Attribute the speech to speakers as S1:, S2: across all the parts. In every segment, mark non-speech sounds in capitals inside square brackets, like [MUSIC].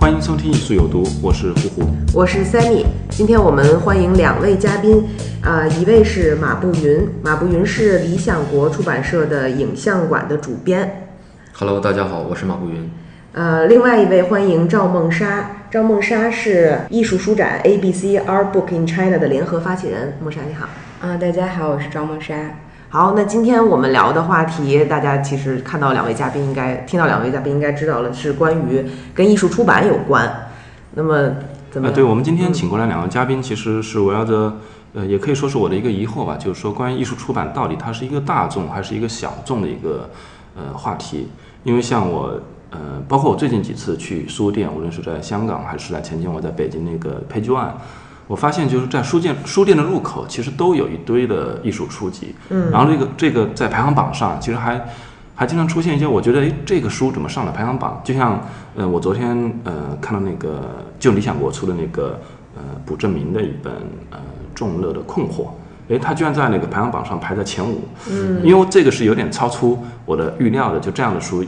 S1: 欢迎收听《艺术有毒》，我是胡胡。
S2: 我是 Sammy，今天我们欢迎两位嘉宾，啊、一位是马步云，马步云是理想国出版社的影像馆的主编，
S3: Hello，大家好，我是马步云。
S2: 呃，另外一位欢迎赵梦莎，赵梦莎是艺术书展 ABC Art Book in China 的联合发起人，梦莎你好。
S4: 啊、大家好，我是张梦莎。
S2: 好，那今天我们聊的话题，大家其实看到两位嘉宾应该听到两位嘉宾应该知道了，是关于跟艺术出版有关。那么怎么
S1: 啊，
S2: 样？
S1: 对，我们今天请过来两位嘉宾，其实是围绕着，呃，也可以说是我的一个疑惑吧，就是说关于艺术出版到底它是一个大众还是一个小众的一个呃话题。因为像我，呃，包括我最近几次去书店，无论是在香港还是在前天我在北京那个 Page One，我发现就是在书店书店的入口其实都有一堆的艺术书籍，嗯，然后这个这个在排行榜上其实还还经常出现一些我觉得诶这个书怎么上了排行榜？就像呃我昨天呃看到那个就理想国出的那个呃卜正明的一本呃众乐的困惑。诶，他居然在那个排行榜上排在前五，嗯，因为这个是有点超出我的预料的，就这样的书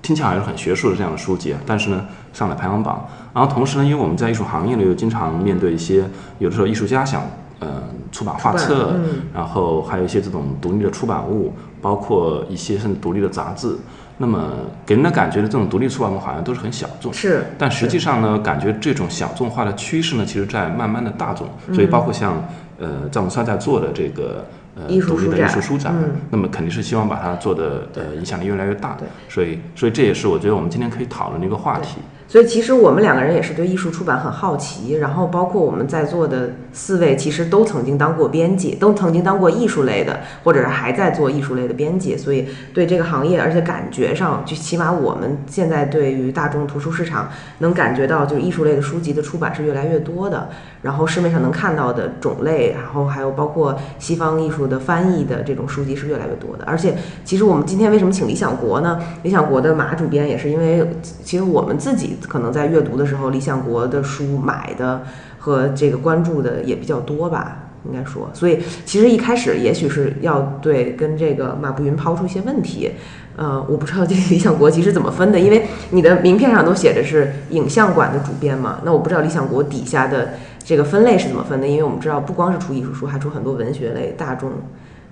S1: 听起来好像是很学术的这样的书籍，啊，但是呢上了排行榜。然后同时呢，因为我们在艺术行业呢，又经常面对一些呃有的时候艺术家想呃出版画嗯册，然后还有一些这种独立的出版物，包括一些甚至独立的杂志。那么给人的感觉呢，这种独立出版物好像都是很小众，
S2: 是
S1: 但实际上呢，感觉这种小众化的趋势呢，其实在慢慢的大众，所以包括像、呃赵本山在做的这个呃
S2: 嗯艺术
S1: 独立的
S2: 书
S1: 艺
S2: 展
S1: 术书展，
S2: 嗯
S1: 那么肯定是希望把它做的呃影响力越来越大，所以所以这也是我觉得我们今天可以讨论的一个话题。
S2: 所以其实我们两个人也是对艺术出版很好奇，然后包括我们在座的四位，其实都曾经当过编辑，都曾经当过艺术类的，或者是还在做艺术类的编辑，所以对这个行业，而且感觉上，就起码我们现在对于大众图书市场能感觉到，就是艺术类的书籍的出版是越来越多的，然后市面上能看到的种类，然后还有包括西方艺术的翻译的这种书籍是越来越多的。而且，其实我们今天为什么请理想国呢？理想国的马主编也是因为，其实我们自己可能在阅读的时候，理想国的书买的和这个关注的也比较多吧。应该说，所以其实一开始也许是要对跟这个马步云抛出一些问题，呃，我不知道这个理想国其实怎么分的，因为你的名片上都写着是影像馆的主编嘛，那我不知道理想国底下的这个分类是怎么分的，因为我们知道不光是出艺术书，还出很多文学类、大众、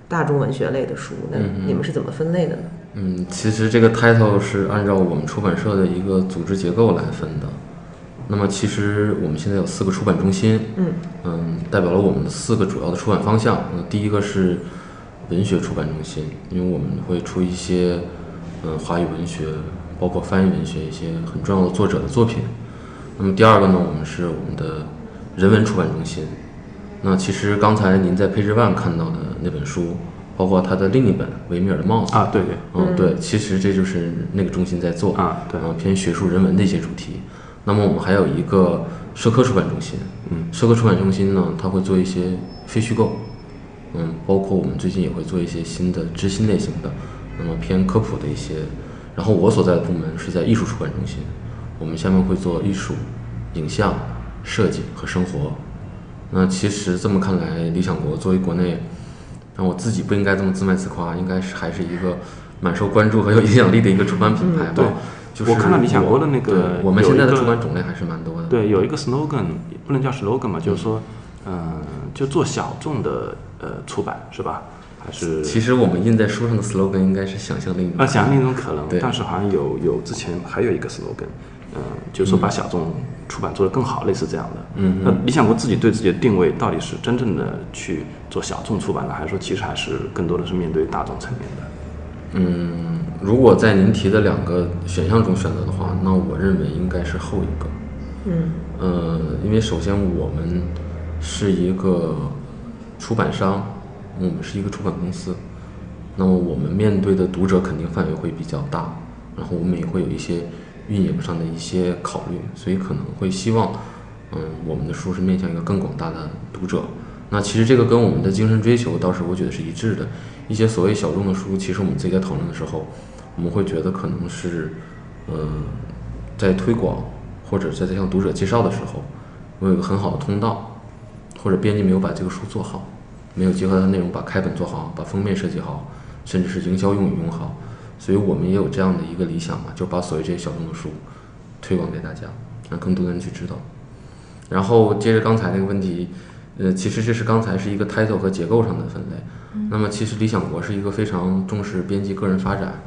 S2: 大众文学类的书，那你们是怎么分类的呢？
S3: 嗯，其实这个 title 是按照我们出版社的一个组织结构来分的。那么其实我们现在有四个出版中心，嗯代表了我们的四个主要的出版方向。那第一个是文学出版中心，因为我们会出一些嗯华语文学，包括翻译文学一些很重要的作者的作品。那么第二个呢，我们是我们的人文出版中心。那其实刚才您在 Page One 看到的那本书，包括他的另一本《维米尔的帽子》
S1: 啊，对对，
S3: 嗯，对，其实这就是那个中心在做
S1: 啊对
S3: 嗯偏学术人文的一些主题。那么我们还有一个社科出版中心，嗯，社科出版中心呢，它会做一些非虚构，嗯，包括我们最近也会做一些新的知新类型的，那么偏科普的一些。然后我所在的部门是在艺术出版中心，我们下面会做艺术、影像、设计和生活。那其实这么看来，理想国作为国内，那我自己不应该这么自卖自夸，应该是还是一个蛮受关注和有影响力的一个出版品牌吧。
S1: 对
S3: 就是
S1: 我看到理想国的那个
S3: 对我们
S1: 有
S3: 现在的
S1: 一个
S3: 出版种类还是蛮多的。
S1: 对，有一个 slogan 也不能叫 slogan 嘛，就是说，嗯、就做小众的呃出版是吧？还是
S3: 其实我们印在书上的 slogan 应该是想象力。
S1: 啊，想象力中可能
S3: 对，
S1: 但是好像有有之前还有一个 slogan，嗯、就是说把小众出版做得更好，类似这样的。嗯，那理想国自己对自己的定位到底是真正的去做小众出版呢，还是说其实还是更多的是面对大众层面的？
S3: 如果在您提的两个选项中选择的话，那我认为应该是后一个。嗯，呃，因为首先我们是一个出版商，我们是一个出版公司，那么我们面对的读者肯定范围会比较大，然后我们也会有一些运营上的一些考虑，所以可能会希望，嗯，我们的书是面向一个更广大的读者。那其实这个跟我们的精神追求倒是我觉得是一致的。一些所谓小众的书，其实我们自己在讨论的时候，我们会觉得可能是，呃，在推广或者在在向读者介绍的时候，我有一个很好的通道，或者编辑没有把这个书做好，没有结合它的内容把开本做好，把封面设计好，甚至是营销用语用好，所以我们也有这样的一个理想嘛，就把所谓这些小众的书推广给大家，让更多的人去知道。然后接着刚才那个问题，呃，其实这是刚才是一个 title 和结构上的分类。那么其实理想国是一个非常重视编辑个人发展，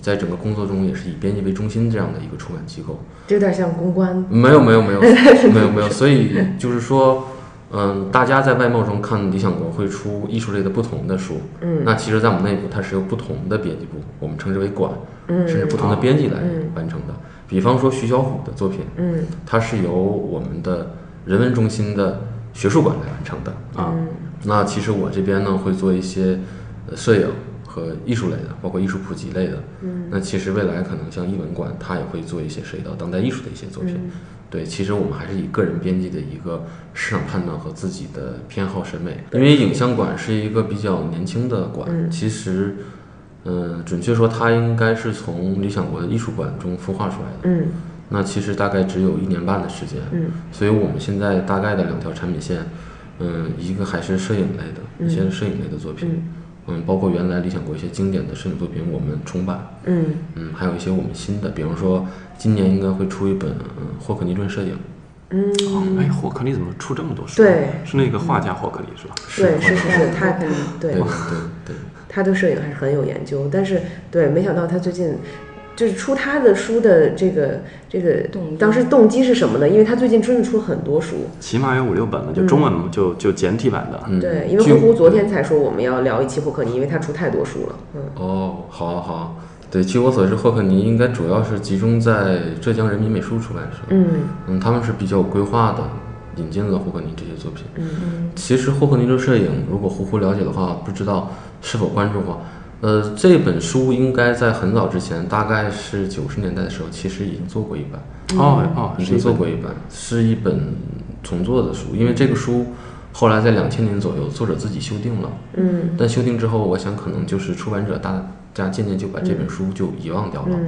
S3: 在整个工作中也是以编辑为中心这样的一个出版机构。
S4: 这有点像公关。
S3: 没有没有没 [LAUGHS] 有没有没有，所以就是说，嗯，大家在外贸中看理想国会出艺术类的不同的书，嗯，那其实在我们内部它是由不同的编辑部，我们称之为馆，嗯，甚至不同的编辑来完成的。比方说徐小虎的作品，嗯，它是由我们的人文中心的学术馆来完成的啊。那其实我这边呢会做一些呃摄影和艺术类的，包括艺术普及类的。嗯，那其实未来可能像艺文馆，它也会做一些涉及到当代艺术的一些作品。对，其实我们还是以个人编辑的一个市场判断和自己的偏好审美，因为影像馆是一个比较年轻的馆，其实。嗯，准确说，它应该是从理想国的艺术馆中孵化出来的。嗯，那其实大概只有一年半的时间。嗯，所以我们现在大概的两条产品线，嗯，一个还是摄影类的一些摄影类的作品，嗯，包括原来理想国一些经典的摄影作品，我们重版。嗯还有一些我们新的，比如说今年应该会出一本嗯霍克尼顿摄影，
S1: 哦，哎，霍克尼怎么出这么多书？啊
S4: 对
S1: 是那个画家霍克尼是吧？
S4: 对，是是嗯是，他肯定对
S3: 对对对。
S4: 他对摄影还是很有研究，但是对，没想到他最近就是出他的书的这个这个
S5: 机
S4: 当时动机是什么呢？因为他最近真的出了很多书，
S1: 起码有五六本了，就中文就就简体版的。嗯，
S4: 对，因为
S3: 据
S4: 呼呼昨天才说我们要聊一期霍克尼，因为他出太多书了，嗯，
S3: 哦，好啊好啊，对，据我所知，霍克尼应该主要是集中在浙江人民美术出版社。嗯他们是比较有规划的，引进了霍克尼这些作品。嗯，其实霍克尼的摄影，如果胡胡了解的话，不知道是否关注过。呃，这本书应该在很早之前，大概是九十年代的时候，其实已经做过一版。
S1: 哦哦，
S3: 已
S1: 是
S3: 经
S1: 一
S3: 做
S1: 本
S3: 过一版，嗯是一本重做的书，因为这个书后来在两千年左右作者自己修订了，嗯，但修订之后，我想可能就是出版者大家渐渐就把这本书就遗忘掉了，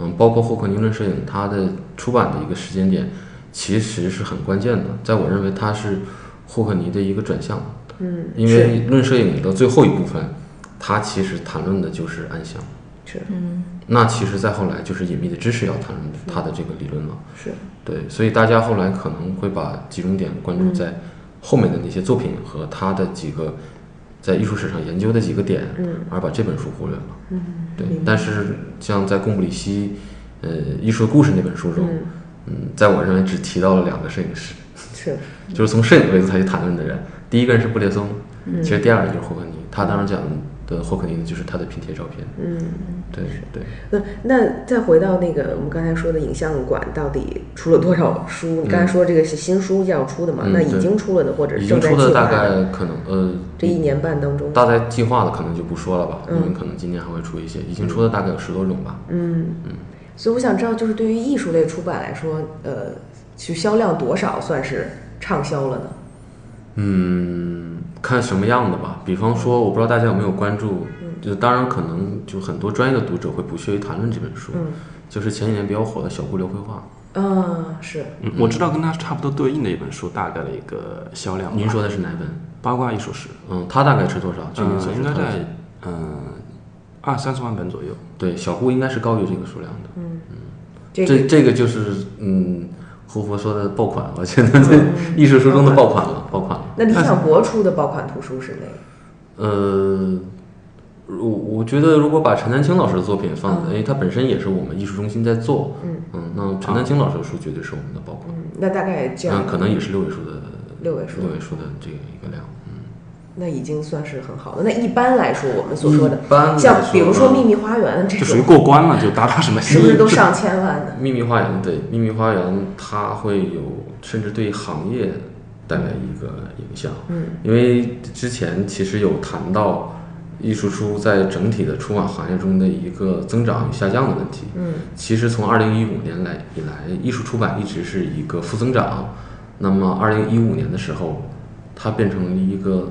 S3: 嗯，包括霍克尼顿摄影它的出版的一个时间点，其实是很关键的，在我认为它是霍克尼的一个转向，嗯，因为论摄影的最后一部分，它其实谈论的就是暗箱。
S4: 是
S1: 嗯
S3: 那其实再后来就是隐秘的知识要谈论它的这个理论了，
S4: 是
S3: 对，所以大家后来可能会把集中点关注在后面的那些作品和他的几个在艺术史上研究的几个点，而把这本书忽略了。对，但是像在贡布里希，呃，艺术的故事那本书中，嗯，在我认为只提到了两个摄影师，
S4: 是，
S3: 就是从摄影维度他去谈论的人，第一个人是布列松，其实第二个就是霍克尼，他当时讲的霍克尼就是他的拼贴照片。嗯，对对。
S4: 那那再回到那个我们刚才说的影像馆，到底出了多少书？你刚才说这个是新书要出的嘛？
S3: 嗯
S4: 那已
S3: 对
S4: 经出了的，或者
S3: 已
S4: 是
S3: 经
S4: 正在
S3: 出
S4: 计划
S3: 的大
S4: 的
S3: 概可能呃，
S4: 这一年半当中，
S3: 大概计划的可能就不说了吧，因为可能今年还会出一些，已经出的大概有十多种吧。
S4: 所以我想知道，就是对于艺术类出版来说，呃，去销量多少算是畅销了呢？
S3: 嗯，看什么样的吧。比方说，我不知道大家有没有关注，就当然可能就很多专业的读者会不屑于谈论这本书，就是前几年比较火的小顾流绘画。
S4: 嗯，是
S1: 嗯我知道跟它差不多对应的一本书，大概的一个销量吧。
S3: 您说的是哪本？
S1: 八卦艺术史，
S3: 嗯，它大概是多少？据您所
S1: 嗯，
S3: 知
S1: 应该
S3: 它的
S1: 在嗯二三十万本左右。
S3: 对小顾应该是高于这个数量的。
S4: 这
S3: 这这个就是嗯，胡佛说的爆款，我觉得这 [LAUGHS] 艺术书中嗯的爆款了，爆款了。
S4: 那理想国
S3: 嗯
S4: 出的爆款图书是哪？
S3: 呃，我我觉得如果把陈丹青老师的作品放在，因为他本身也是我们艺术中心在做，嗯那陈丹青老师的书绝对是我们的宝库，
S2: 嗯
S4: 那大概这
S3: 那
S4: 样，
S3: 可能也是六位数的
S4: 六位数
S3: 六位数的这个一个量。
S4: 那已经算是很好的。那一般来说，我们所说的
S3: 一般来，说嗯
S4: 像比如说《秘密花园》这
S1: 就属于
S4: 种，
S1: 过关了，就打打什么
S4: 是不是都上千万的？
S3: 秘密花园对秘密花园，它会有甚至对行业带来一个影响。嗯，因为之前其实有谈到艺术书在整体的出版行业中的一个增长与下降的问题。嗯，其实从二零一五年来以来，艺术出版一直是一个负增长。那么二零一五年的时候，它变成了一个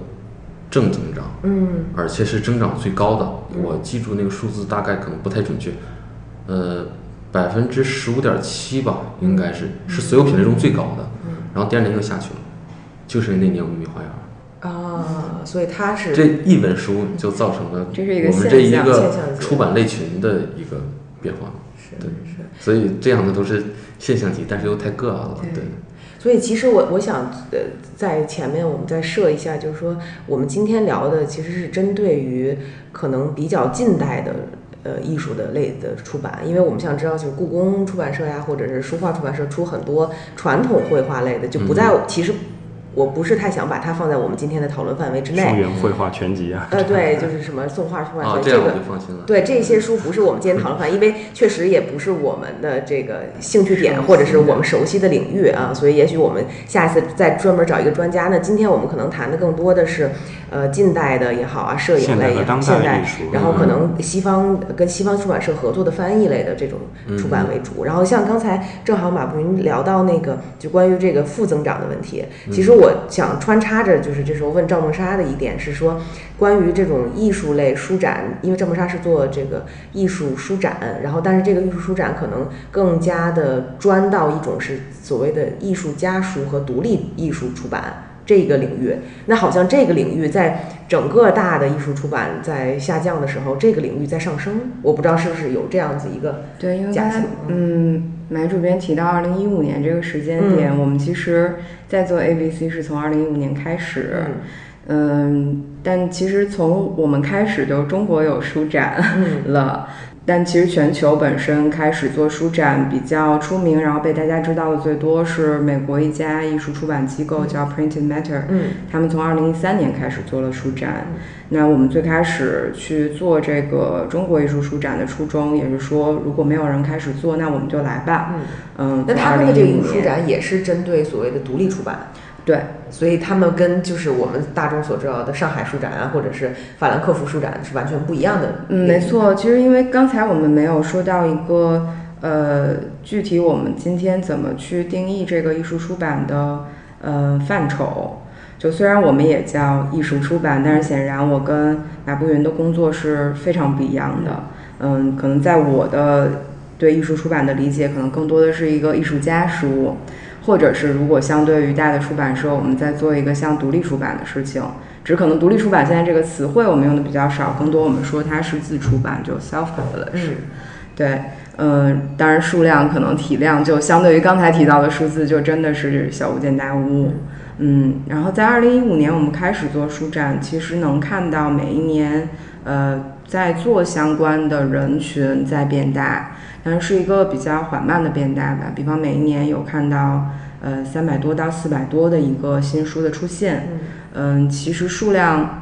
S3: 正增长。嗯，而且是增长最高的。我记住那个数字大概可能不太准确，呃，百分之十五点七吧，应该是
S4: 嗯
S3: 是所有品类中最高的。然后第二年又下去了，就是那年《无名花园》。
S2: 啊，所以它是
S3: 这一本书就造成了
S4: 这是一个
S3: 我们这一
S4: 现象
S3: 个
S4: 现象级
S3: 出版类群的一个变化，
S4: 是
S3: 对
S4: 是。
S3: 所以这样的都是现象级，但是又太个案了，
S4: 对
S3: 对。
S2: 所以其实我我想，呃，在前面我们再设一下，就是说我们今天聊的其实是针对于可能比较近代的。呃，艺术的类的出版，因为我们想知道，就是故宫出版社呀，或者是书画出版社出很多传统绘画类的，就不
S3: 嗯
S2: 在。其实我不是太想把它放在我们今天的讨论范围之
S1: 中
S2: 内。
S1: 原绘画全集啊，
S2: 呃，对，就是什么宋画出版
S3: 啊
S2: 社，，
S3: 这
S2: 这
S3: 样我
S2: 个
S3: 就放心了。
S2: 对这些书不是我们今天讨论范，因为确实也不是我们的这个兴趣点，或者是我们熟悉的领域啊，所以也许我们下一次再专门找一个专家。那今天我们可能谈的更多的是，呃，近代的也好啊，摄影
S1: 现代
S2: 类
S1: 和
S2: 也好，
S1: 当代
S2: 现代
S1: 艺术，嗯
S2: 然后可能西方跟西方出版社合作的翻译类的这种
S1: 嗯
S2: 出版为主。然后像刚才正好马步云聊到那个，就关于这个负增长的问题，
S1: 嗯
S2: 其实我想穿插着，就是这时候问赵梦莎的一点是说，关于这种艺术类书展，因为赵梦莎是做这个艺术书展，然后但是这个艺术书展可能更加的专到一种是所谓的艺术家书和独立艺术出版。这个领域，那好像这个领域在整个大的艺术出版在下降的时候，这个领域在上升。我不知道是不是有这样子一个，
S4: 对，因为
S2: 假
S4: 刚
S2: 想
S4: 才嗯，买主编提到二零一五年这个时间
S2: 嗯
S4: 点，我们其实在做 ABC 是从二零一五年开始。嗯但其实从我们开始就中国有书展
S2: 嗯
S4: 了，但其实全球本身开始做书展比较出名，然后被大家知道的最多是美国一家艺术出版机构叫 Printed Matter，嗯，他们从二零一三年开始做了书展。
S2: 嗯
S4: 那我们最开始去做这个中国艺术书展的初衷，也是说如果没有人开始做，那我们就来吧。嗯，
S2: 那
S4: 从
S2: 他们的这个艺
S4: 2015
S2: 术书
S4: 年
S2: 展也是针对所谓的独立出版，
S4: 对
S2: 所以他们跟就是我们大众所知道的上海书展啊，或者是法兰克福书展是完全不一样的。
S4: 嗯，没，错。其实因为刚才我们没有说到一个呃具体我们今天怎么去定义这个艺术出版的呃范畴。就虽然我们也叫艺术出版，但是显然我跟马步云的工作是非常不一样的。嗯，可能在我的对艺术出版的理解，可能更多的是一个艺术家书，或者是如果相对于大的出版社，我们在做一个像独立出版的事情。只可能独立出版现在这个词汇我们用的比较少，更多我们说它是自出版，就 self publish、对，嗯、当然数量可能体量就相对于刚才提到的数字，就真的是小巫见大巫。嗯，然后在二零一五年我们开始做书展，其实能看到每一年，呃，在做相关的人群在变大，但是是一个比较缓慢的变大吧。比方每一年有看到，呃，三百多到四百多的一个新书的出现，嗯，其实数量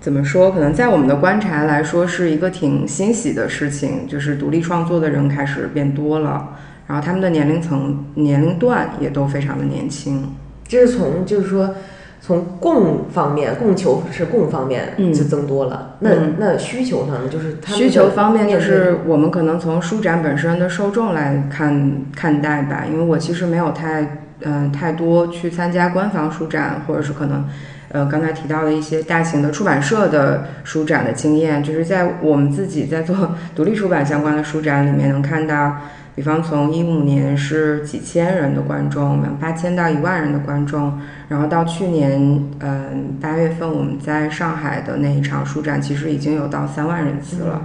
S4: 怎么说？可能在我们的观察来说，是一个挺欣喜的事情，就是独立创作的人开始变多了，然后他们的年龄层、年龄段也都非常的年轻。
S2: 这是从就是说从供方面，供求是供方面
S4: 嗯
S2: 就增多了。那那需嗯求上呢，就是他们
S4: 需求
S2: 的
S4: 方面，就
S2: 面对
S4: 是我们可能从书展本身的受众来看看待吧，因为我其实没有太嗯、太多去参加官方书展，或者是可能呃刚才提到的一些大型的出版社的书展的经验，就是在我们自己在做独立出版相关的书展里面能看到。比方从一五年是几千人的观众，八千到一万人的观众，然后到去年，嗯，八月份我们在上海的那一场书展，其实已经有到三万人次了，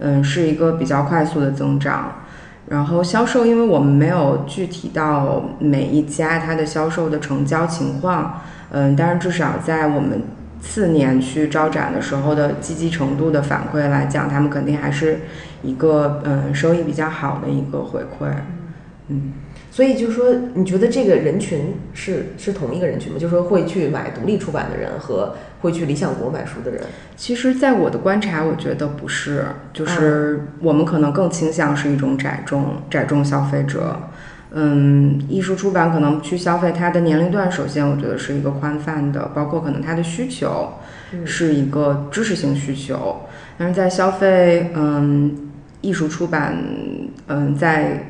S4: 嗯，是一个比较快速的增长。然后销售，因为我们没有具体到每一家它的销售的成交情况，嗯，但是至少在我们次年去招展的时候的积极程度的反馈来讲，他们肯定还是一个嗯收益比较好的一个回馈。
S2: 所以就是说，你觉得这个人群是是同一个人群吗？就是说会去买独立出版的人和会去理想国买书的人，
S4: 其实，在我的观察，我觉得不是，就是我们可能更倾向是一种窄众窄众消费者。嗯，艺术出版可能去消费它的年龄段，首先我觉得是一个宽泛的，包括可能它的需求是一个知识性需求，但是在消费嗯艺术出版嗯在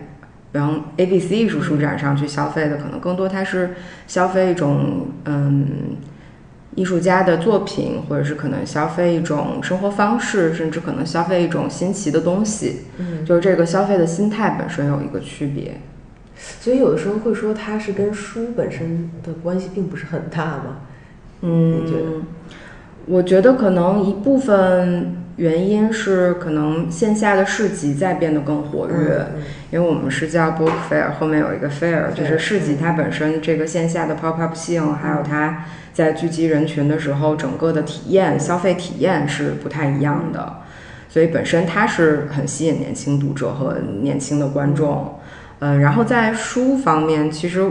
S4: 比方 A B C 艺术书展上去消费的，可能更多它是消费一种嗯艺术家的作品，或者是可能消费一种生活方式，甚至可能消费一种新奇的东西。嗯，就是这个消费的心态本身有一个区别。
S2: 所以有的时候会说它是跟书本身的关系并不是很大嘛？
S4: 嗯，
S2: 你觉得？
S4: 我觉得可能一部分原因是可能线下的市集在变得更活跃，因为我们是叫 book fair，后面有一个 fair，就是市集它本身这个线下的 pop up 性，还有它在聚集人群的时候整个的体验、消费体验是不太一样的，所以本身它是很吸引年轻读者和年轻的观众。嗯，然后在书方面，其实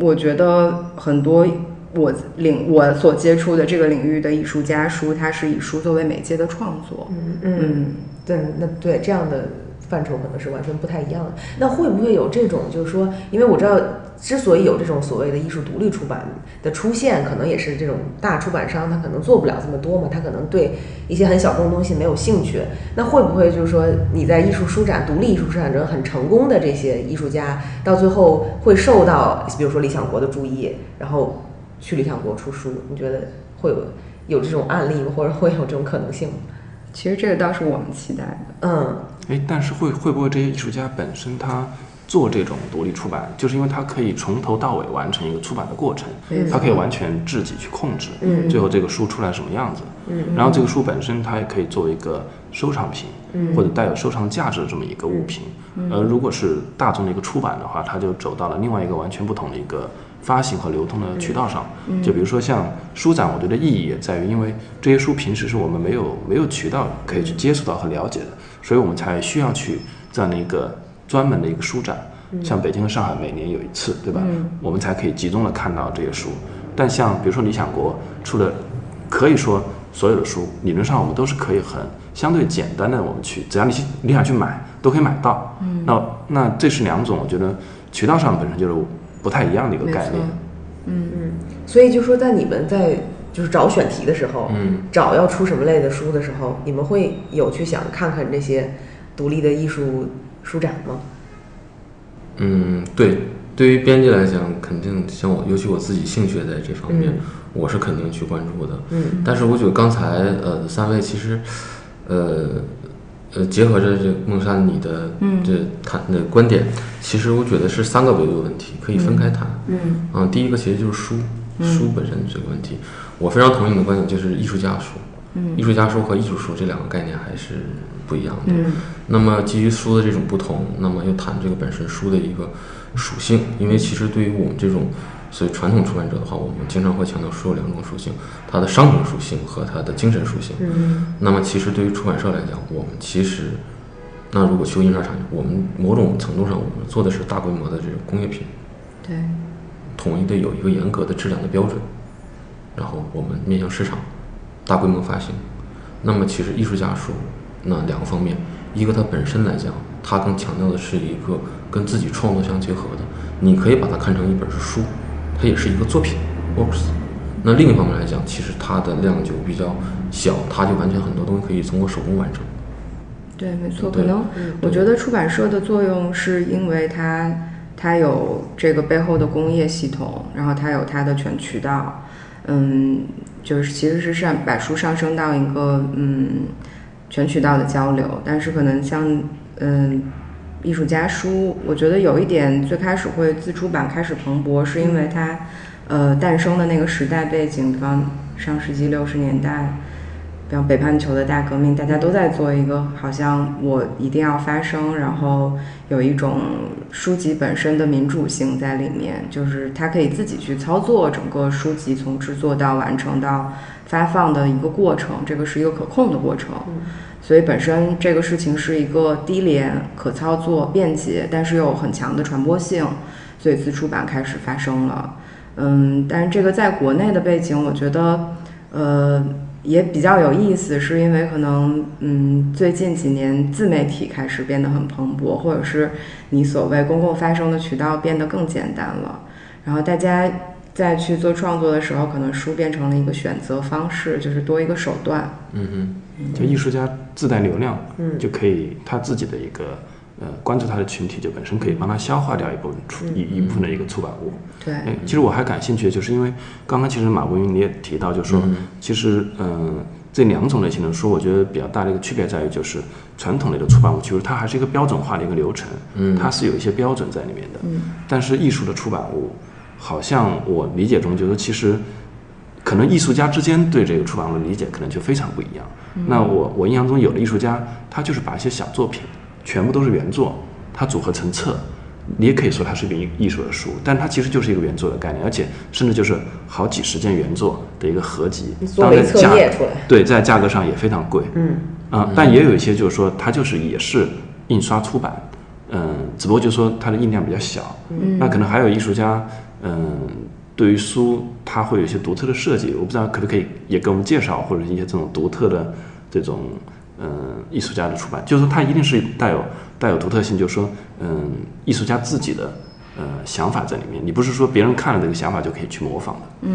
S4: 我觉得很多我领我所接触的这个领域的艺术家书，它是以书作为媒介的创作。
S2: 嗯嗯，对，那对这样的范畴可能是完全不太一样的。那会不会有这种，就是说，因为我知道，之所以有这种所谓的艺术独立出版的出现，可能也是这种大出版商他可能做不了这么多嘛，他可能对一些很小众的东西没有兴趣。那会不会就是说，你在艺术书展、独立艺术书展中很成功的这些艺术家，到最后会受到，比如说理想国的注意，然后去理想国出书？你觉得会有有这种案例吗？或者会有这种可能性吗？
S4: 其实这个倒是我们期待的。
S2: 嗯，
S1: 哎，但是会会不会这些艺术家本身他做这种独立出版，就是因为他可以从头到尾完成一个出版的过程，
S4: 嗯
S1: 他可以完全自己去控制，最后这个书出来什么样子，
S4: 嗯
S1: 然后这个书本身它也可以作为一个收藏品，
S4: 嗯
S1: 或者带有收藏价值的这么一个物品。而如果是大众的一个出版的话，它就走到了另外一个完全不同的一个发行和流通的渠道上。就比如说像书展，我觉得意义也在于，因为这些书平时是我们没有没有渠道可以去接触到和了解的，所以我们才需要去这样的一个专门的一个书展。像北京和上海每年有一次，对吧？我们才可以集中的看到这些书。但像比如说理想国出了，可以说所有的书理论上我们都是可以很相对简单的，我们去只要你去你想去买都可以买到。嗯，那那这是两种，我觉得渠道上本身就是不太一样的一个概念。
S2: 所以就说在你们在就是找选题的时候，嗯，找要出什么类的书的时候，你们会有去想看看这些独立的艺术书展吗？
S3: 嗯，对，对于编辑来讲，肯定像我，尤其我自己兴趣也在这方面，我是肯定去关注的。嗯，但是我觉得刚才呃三位其实，呃呃结合着这孟山你的这谈的观点，其实我觉得是三个维度的问题，可以分开谈。嗯，啊、第一个其实就是书，书本身这个问题，我非常同意你的观点，就是艺术家书。艺术家书和艺术书这两个概念还是不一样的。那么基于书的这种不同，那么又谈这个本身书的一个属性，因为其实对于我们这种所谓传统出版者的话，我们经常会强调书有两种属性，它的商品属性和它的精神属性。那么其实对于出版社来讲，我们其实那如果去印刷厂，我们某种程度上我们做的是大规模的这种工业品，
S4: 对，
S3: 统一的有一个严格的质量的标准，然后我们面向市场大规模发行。那么其实艺术家书那两个方面，一个它本身来讲，它更强调的是一个跟自己创作相结合的，你可以把它看成一本是书，它也是一个作品 works。那另一方面来讲，其实它的量就比较小，它就完全很多东西可以通过手工完成。
S4: 对，没错，
S3: 对
S4: 可能我觉得出版社的作用是因为它它有这个背后的工业系统，然后它有它的全渠道，嗯，就是其实是上把书上升到一个嗯全渠道的交流，但是可能像嗯。艺术家书，我觉得有一点最开始会自出版开始蓬勃，是因为它，呃，诞生的那个时代背景，比方上世纪六十年代，比方北半球的大革命，大家都在做一个好像我一定要发声，然后有一种书籍本身的民主性在里面，就是它可以自己去操作整个书籍从制作到完成到发放的一个过程，这个是一个可控的过程。所以本身这个事情是一个低廉、可操作、便捷，但是又有很强的传播性，所以自出版开始发生了。嗯，但是这个在国内的背景，我觉得，呃，也比较有意思，是因为可能嗯，最近几年自媒体开始变得很蓬勃，或者是你所谓公共发声的渠道变得更简单了，然后大家在去做创作的时候，可能书变成了一个选择方式，就是多一个手段。
S1: 就艺术家自带流量，嗯，就可以他自己的一个呃关注他的群体，就本身可以帮他消化掉一部分出一一部分的一个出版物。
S4: 对，
S1: 哎，其实我还感兴趣，就是因为刚刚其实马伯庸你也提到，就是说，其实嗯、呃这两种类型的书，我觉得比较大的一个区别在于，就是传统类的出版物，其实它还是一个标准化的一个流程，嗯，它是有一些标准在里面的。嗯，但是艺术的出版物，好像我理解中就是其实。可能艺术家之间对这个出版物的理解可能就非常不一样。
S2: 嗯
S1: 那我我印象中有的艺术家，他就是把一些小作品全部都是原作，他组合成册，你也可以说它是一本艺艺术的书，但它其实就是一个原作的概念，而且甚至就是好几十件原作的一个合集，
S2: 作
S1: 当
S2: 为
S1: 然
S2: 册
S1: 价
S2: 页出来
S1: 对，在价格上也非常贵。嗯啊、但也有一些就是说它就是也是印刷出版，嗯、只不过就是说它的印量比较小。嗯，那可能还有艺术家，嗯、对于书它会有一些独特的设计，我不知道可不可以也给我们介绍，或者是一些这种独特的这种嗯、艺术家的出版，就是说它一定是带有带有独特性，就是说嗯、艺术家自己的呃想法在里面，你不是说别人看了这个想法就可以去模仿的。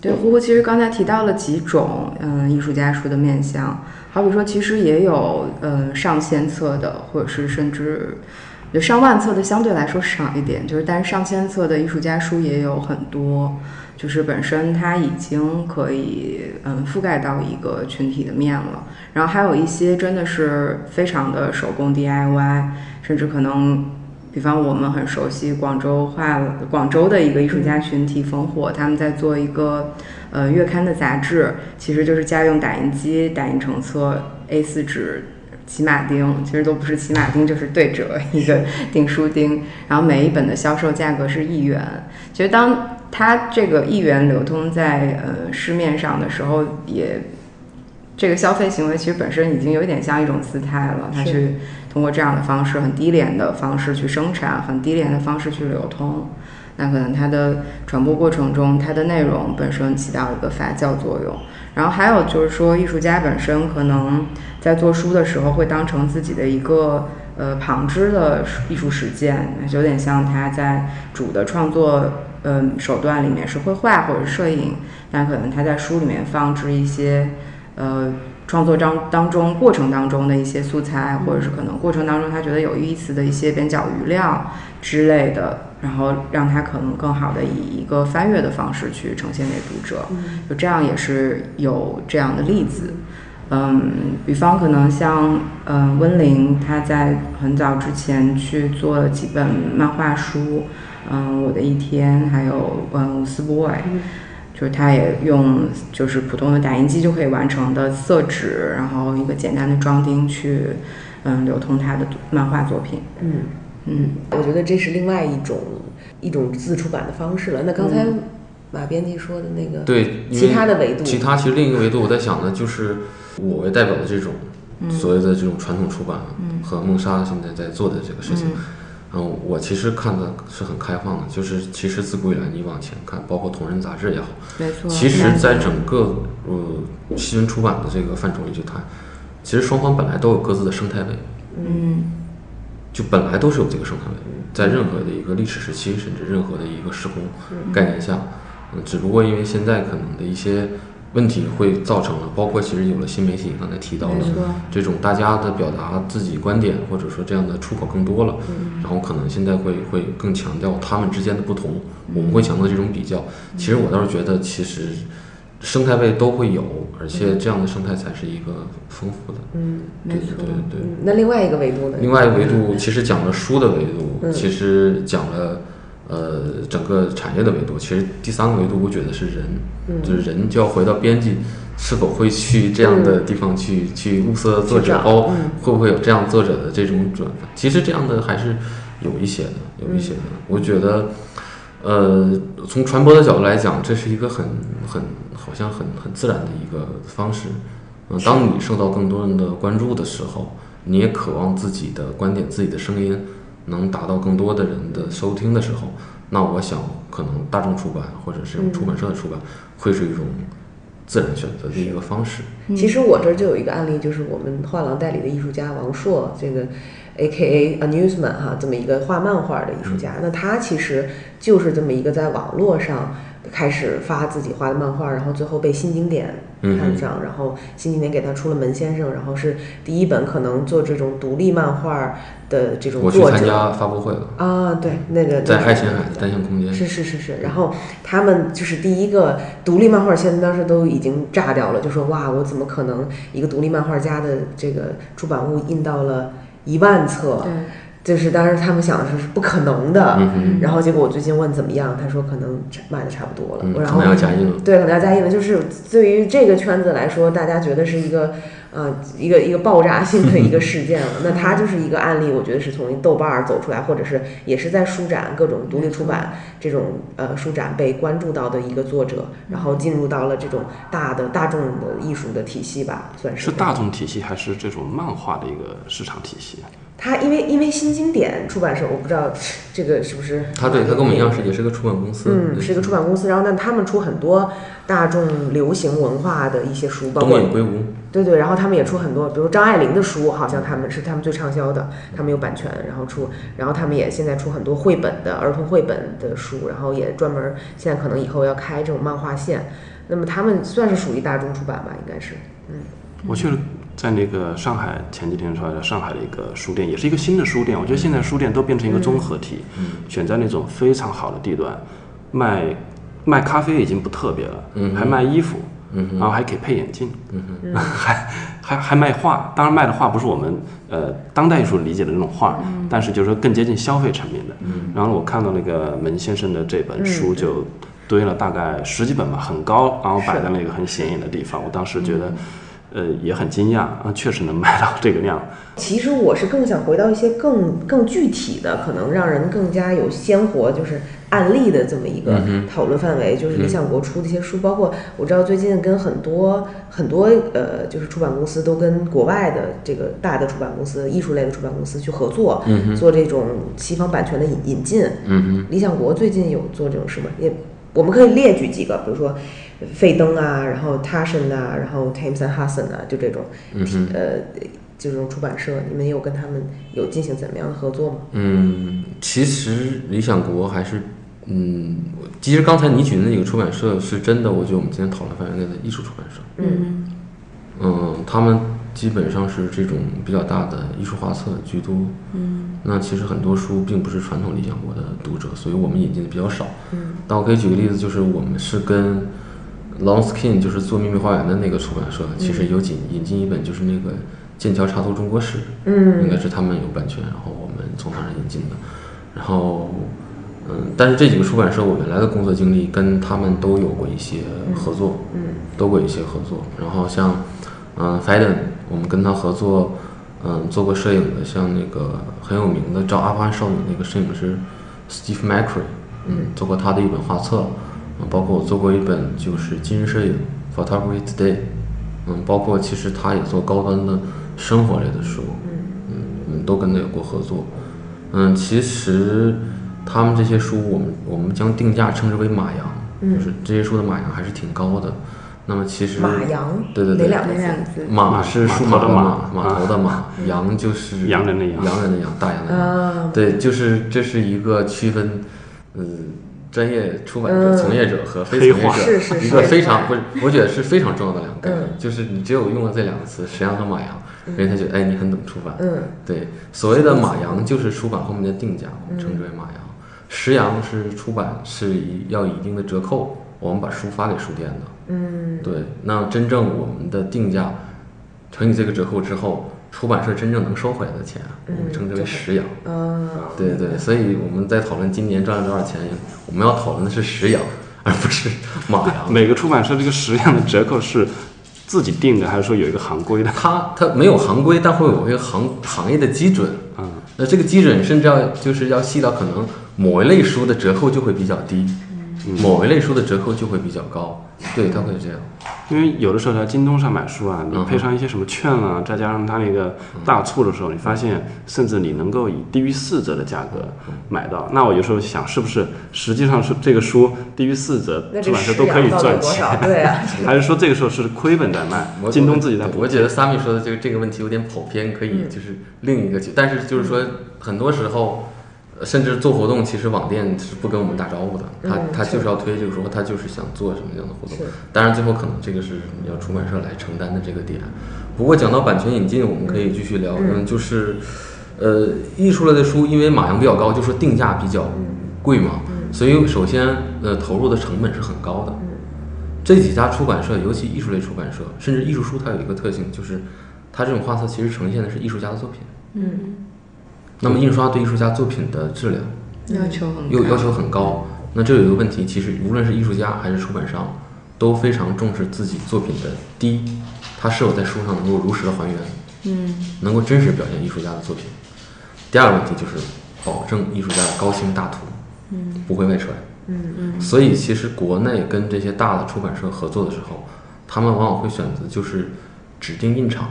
S4: 对，胡胡其实刚才提到了几种，嗯，艺术家书的面向，好比说，其实也有，嗯，上千册的，或者是甚至有上万册的，相对来说少一点，就是但是上千册的艺术家书也有很多，就是本身它已经可以，嗯，覆盖到一个群体的面了。然后还有一些真的是非常的手工 DIY，甚至可能比方我们很熟悉广州画广州的一个艺术家群体烽火，他们在做一个呃月刊的杂志，其实就是家用打印机打印成册 A4 纸。骑马钉其实都不是骑马钉，就是对折一个订书钉，然后每一本的销售价格是一元。其实当它这个一元流通在呃市面上的时候，也这个消费行为其实本身已经有一点像一种姿态了，它
S2: 是
S4: 去通过这样的方式，很低廉的方式去生产，很低廉的方式去流通。那可能它的传播过程中，它的内容本身起到一个发酵作用。然后还有就是说，艺术家本身可能在做书的时候，会当成自己的一个呃旁支的艺术实践，有点像他在主的创作嗯、手段里面是绘画或者摄影，但可能他在书里面放置一些呃创作当当中过程当中的一些素材，或者是可能过程当中他觉得有意思的一些边角余料之类的，然后让他可能更好的以一个翻阅的方式去呈现给读者，就这样也是有这样的例子。嗯，比方可能像嗯温玲，她在很早之前去做了几本漫画书，嗯，我的一天，还有嗯无私 boy，、就是他也用就是普通的打印机就可以完成的色纸，然后一个简单的装订去嗯流通他的漫画作品。
S2: 我觉得这是另外一种一种自出版的方式了。那刚才马编辑说的那个，
S3: 嗯对，因为
S2: 其他的维度，
S3: 其他其实另一个维度，我在想的就是我为代表的这种
S2: 嗯
S3: 所谓的这种传统出版和梦莎现在在做的这个事情，嗯，我其实看的是很开放的，就是其实自古以来你往前看，包括同人杂志也好，
S4: 没错，
S3: 其实在整个呃新闻出版的这个范畴里去谈，其实双方本来都有各自的生态位，嗯，就本来都是有这个生态位，在任何的一个历史时期，甚至任何的一个时空概念下，嗯，只不过因为现在可能的一些问题会造成了，包括其实有了新媒体，刚才提到了这种大家的表达自己观点，或者说这样的出口更多了，然后可能现在会会更强调他们之间的不同，我们会强调这种比较。其实我倒是觉得，其实生态位都会有，而且这样的生态才是一个丰富的。嗯，对对对对。
S2: 嗯那另外一个维度呢？
S3: 另外一个维度其实讲了书的维度，其实讲了呃整个产业的维度。其实第三个维度，我觉得是人，就是人就要回到编辑是否会去这样的地方去、去物色作者
S2: 找
S3: 哦，会不会有这样作者的这种转发？其实这样的还是有一些的，有一些的。我觉得。呃，从传播的角度来讲，这是一个很很好像很很自然的一个方式。嗯、当你受到更多人的关注的时候，你也渴望自己的观点、自己的声音能达到更多的人的收听的时
S2: 嗯
S3: 候，那我想可能大众出版或者是出版社的出版会是一种自然选择的一个方式。
S2: 其
S3: 嗯
S2: 实我这儿就有一个案例，就是我们画廊代理的艺术家王硕，这个 A K A Amusement 哈，这么一个画漫画的艺术家。
S3: 嗯
S2: 那他其实就是这么一个在网络上开始发自己画的漫画，然后最后被新经典
S3: 嗯
S2: 看上，然后新经典给他出了《门先生》，然后是第一本可能做这种独立漫画的这种
S3: 我去
S2: 作
S3: 参
S2: 者
S3: 加发布会了，
S2: 啊，对，那个
S3: 在
S2: 那个
S3: 爱琴海的单向空间，
S2: 是是是是，然
S3: 嗯
S2: 后他们就是第一个独立漫画，现在当时都已经炸掉了，就说哇，我怎么可能一个独立漫画家的这个出版物印到了一万册
S4: 对？
S2: 就是当时他们想的是是不可能的，
S3: 嗯哼，
S2: 然后结果我最近问怎么样，他说可能卖的差不多了，
S3: 嗯，
S2: 然
S3: 可
S2: 后
S3: 能要加印了。
S2: 对，可能要加印了。就是对于这个圈子来说，大家觉得是一个，呃，一个一个爆炸性的一个事件了。那它就是一个案例，我觉得是从豆瓣儿走出来，或者是也是在书展各种独立出版这种呃书展被关注到的一个作者，然后进入到了这种大的大众的艺术的体系吧，算是
S1: 是大众体系还是这种漫画的一个市场体系？
S2: 他因为因为新经典出版社，我不知道这个是不是
S3: 他对他跟我们一样是也是个出版公司，
S2: 嗯，
S3: 对
S2: 是一个出版公司，然后但他们出很多大众流行文化的一些书，包
S3: 东
S2: 括
S3: 野圭吾，
S2: 对对，然后他们也出很多，比如张爱玲的书，好像他们是他们最畅销的，他们有版权，然后出，然后他们也现在出很多绘本的儿童绘本的书，然后也专门儿现在可能以后要开这种漫画线，那么他们算是属于大众出版吧，应该是，
S1: 我去在那个上海前几天出来的上海的一个书店，也是一个新的书店。我觉得现在书店都变成一个综合体，选在那种非常好的地段，卖卖咖啡已经不特别了，还卖衣服，然后还可以配眼镜，还还还卖画。当然卖的画不是我们呃当代艺术理解的那种画，但是就是说更接近消费层面的。然后我看到那个门先生的这本书就堆了大概十几本吧，很高，然后摆在那个很显眼的地方。我当时觉得。呃，也很惊讶啊，确实能卖到这个量。
S2: 其实我是更想回到一些更更具体的，可能让人更加有鲜活，就是案例的这么一个讨论范围。就是理想国出的一些书，包括我知道最近跟很多很多呃，就是出版公司都跟国外的这个大的出版公司、艺术类的出版公司去合作，做这种西方版权的引引进。嗯、理想国最近有做这种事吗？也我们可以列举几个，比如说费登啊，然后 Tashin 啊，然后 Thames and Hudson 啊，就这种，
S1: 嗯
S2: 呃，这种出版社，你们有跟他们有进行怎么样的合作吗？
S3: 嗯，其实理想国还是，嗯，我其实刚才你举的那个出版社是真的，我觉得我们今天讨论范围内的艺术出版社，
S2: 嗯
S3: 嗯，他们基本上是这种比较大的艺术画册居多，嗯，那其实很多书并不是传统理想国的读者，所以我们引进的比较少，嗯，但我可以举个例子，就是我们是跟 Longskin，就是做《秘密花园》的那个出版社，其实有引引进一本就是那个《剑桥插图中国史》，
S2: 嗯，
S3: 应该是他们有版权，然后我们从那儿引进的。然后，嗯，但是这几个出版社，我原来的工作经历跟他们都有过一些合作，嗯，都过一些合作。然后像，嗯、f a d e n 我们跟他合作，嗯、做过摄影的，像那个很有名的照阿富汗少女那个摄影师 Steve McCray，嗯，做过他的一本画册，嗯，包括我做过一本就是今日摄影 Photography Today，嗯，包括其实他也做高端的生活类的书，嗯，我们都跟他有过合作。嗯，其实他们这些书，我们我们将定价称之为马洋，就是这些书的马洋还是挺高的。那么其实
S2: 嗯马洋
S3: 对对
S2: 哪
S3: 对，
S2: 两个
S4: 哪
S2: 字？嗯
S4: 两个字？
S3: 马
S1: 码
S3: 是数
S1: 头
S3: 码
S1: 的
S3: 的
S1: 码
S3: 码头的码，洋就是
S1: 洋人的洋
S3: 洋人的洋，大洋的洋。对，就是这是一个区分，呃，专业出版者、从业者和非从
S1: 黑
S3: 业
S1: 话
S2: 嗯是是
S3: 者，
S2: 是嗯
S3: 一个非常不是，我觉得是非常重要的两个概念。就是你只有用了这两个词“沈阳”和“马洋”，人家才觉得哎，你很懂出版。
S2: 嗯，
S3: 对，所谓的马洋就是出版后面的定价，我们称之为马洋。
S2: 嗯
S3: 石洋是出版是以要一定的折扣，我们把书发给书店的。嗯，对。那真正我们的定价乘以这个折扣之后，出版社真正能收回来的钱，啊我们称之为石洋。
S2: 啊，
S3: 对对，所以我们在讨论今年赚了多少钱，我们要讨论的是石洋，而不是啊马
S1: [LAUGHS]
S3: 洋。
S1: 每个出版社这个十样的折扣是自己定的，还是说有一个行规的？ [LAUGHS]
S3: 它它没有行规，但会有一个行行业的基准。嗯，那这个基准甚至要就是要细到可能某一类书的折扣就会比较低，某一类书的折扣就会比较高。对，它会这样。
S1: 因为有的时候在京东上买书啊，你配上一些什么券啊，再加上它那个大促的时候，你发现甚至你能够以低于四折的价格买到。那我有时候想，是不是实际上是这个书低于四折，
S2: 那
S1: 出
S2: 这
S1: 版社
S2: 市
S1: 都可以
S2: 场到底
S1: 赚
S2: 多
S1: 钱 [LAUGHS]
S2: 少？？对啊，
S1: 还是说这个时候是亏本在卖
S3: 我，
S1: 京东自己在
S3: 对
S1: 补
S3: 我觉得 Sammy [LAUGHS] 说的这个这个问题有点跑偏，可以就是另一个去，但是就是说很多时候，呃甚至做活动，其实网店是不跟我们打招呼的，他他就是要推这个时候，他就是想做什么样的活动
S2: 是。
S3: 当然最后可能这个是要出版社来承担的这个点。不过讲到版权引进，我们可以继续聊，嗯，就是呃艺术类的书，因为马洋比较高，就说定价比较贵嘛，所以首先呃投入的成本是很高的。这几家出版社，尤其艺术类出版社，甚至艺术书，它有一个特性，就是它这种画册其实呈现的是艺术家的作品。嗯。那么印刷对艺术家作品的质量
S4: 要求很
S3: 又
S4: 高。
S3: 要求很高，那这有一个问题，其实无论是艺术家还是出版商，都非常重视自己作品的第一，它是否在书上能够如实的还原，嗯，能够真实表现艺术家的作品。第二个问题就是保证艺术家的高清大图，嗯，不会外传，所以其实国内跟这些大的出版社合作的时候，他们往往会选择就是指定印厂，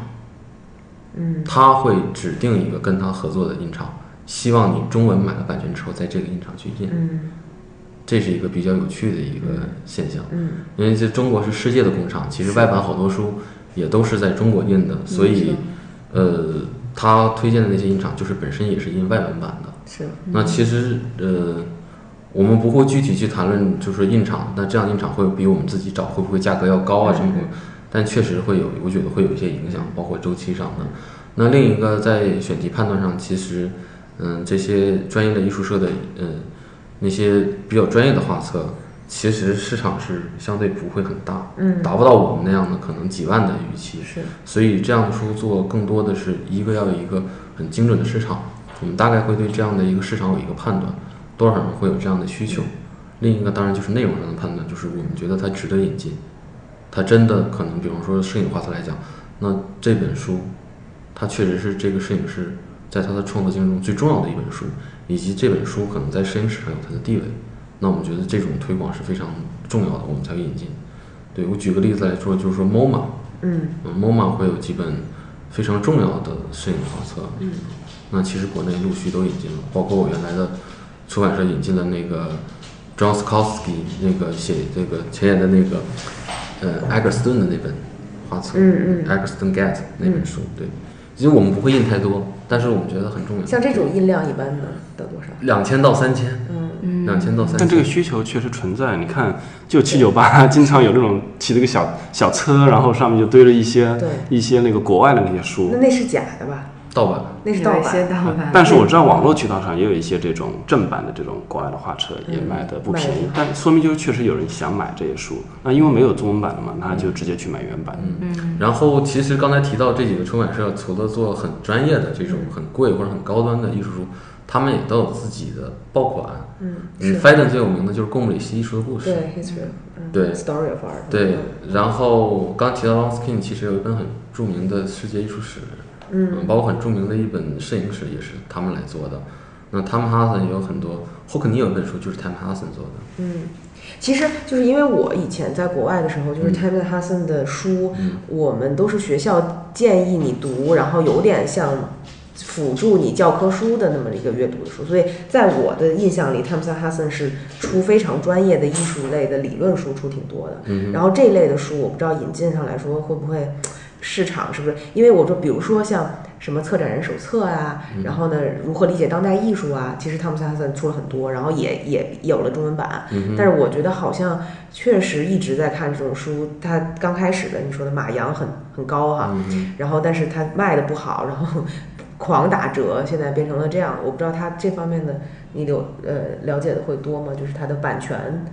S3: 嗯，他会指定一个跟他合作的印厂，希望你中文买了版权之后，在这个印厂去印，嗯，这是一个比较有趣的一个现象，嗯，因为这中国是世界的工厂，其实外版好多书也都是在中国印的，所以，呃，他推荐的那些印厂就是本身也是印外文版的，
S2: 是
S3: 那其实呃，我们不会具体去谈论，就是印厂，那这样印厂会比我们自己找会不会价格要高啊什么的，但确实会有，我觉得会有一些影响，包括周期上的。那另一个在选题判断上，其实嗯，这些专业的艺术社的嗯那些比较专业的画册。其实市场是相对不会很大，嗯，达不到我们那样的可能几万的预期，
S2: 是
S3: 所以这样的书做更多的是一个要有一个很精准的市场，我们大概会对这样的一个市场有一个判断，多少人会有这样的需求。另一个当然就是内容上的判断，就是我们觉得它值得引进，它真的可能，比方说摄影画册来讲，那这本书，它确实是这个摄影师在他的创作经历中最重要的一本书，以及这本书可能在摄影史上有它的地位。那我们觉得这种推广是非常重要的，我们才会引进。对我举个例子来说，就是说 MoMA，
S2: 嗯
S3: 嗯，MoMA 会有几本非常重要的摄影画册，嗯，那其实国内陆续都引进了，包括我原来的出版社引进了那个 John Skolsky 那个写这个前演的那个呃埃格斯顿的那本画册，嗯嗯，埃格斯顿 Get 那本书，对，其实我们不会印太多，但是我们觉得很重要，
S2: 像这种印量一般能到多少？
S3: 两千到三千，嗯，两千到三千，
S1: 但这个需求确实存在。你看，就七九八 [LAUGHS] 经常有那种骑着个小小车，然后上面就堆了一些
S2: 对
S1: 一些那个国外的那些书
S2: 那。那是假的吧？
S3: 盗版。
S2: 那是盗
S4: 有一些
S2: 版，
S4: 盗版，
S1: 但是我知道网络渠道上也有一些这种正版的这种国外的画册
S2: 嗯
S1: 也卖的不便宜，但说明就是确实有人想买这些书。那因为没有中文版的嘛，那就
S2: 嗯
S1: 直接去买原版。
S3: 然后，其实刚才提到这几个出版社，除了做很专业的这种很贵或者很高端的艺术书，他们也都有自己的爆款。嗯，嗯 f i d e n 最有名的就是贡布里希艺术的故事。
S2: 对，history，嗯
S3: 对
S2: ，story of art，嗯
S3: 对，然后刚提到 Lonskin，其实有一本很著名的世界艺术史，嗯，包括很著名的一本摄影史也是他们来做的。那 Tom Hudson 也有很多，霍克尼有一本书就是 Tom Hudson 做的。
S2: 其实就是因为我以前在国外的时候，
S1: 嗯
S2: 就是 t i m e Hudson 的书，我们都是学校建议你读，然后有点像辅助你教科书的那么一个阅读的书。所以在我的印象里 t i m e Hudson 是出非常专业的艺术类的理论书出挺多的。然后这类的书，我不知道引进上来说会不会市场是不是？因为我说，比如说像什么策展人手册啊，然后呢，如何理解当代艺术啊，其实汤姆·萨森出了很多，然后也也有了中文版。但是我觉得好像确实一直在看这种书，它刚开始的你说的马洋很很高哈、然后但是它卖的不好，然后狂打折，现在变成了这样。我不知道它这方面的你有呃了解的会多吗？就是它的版权。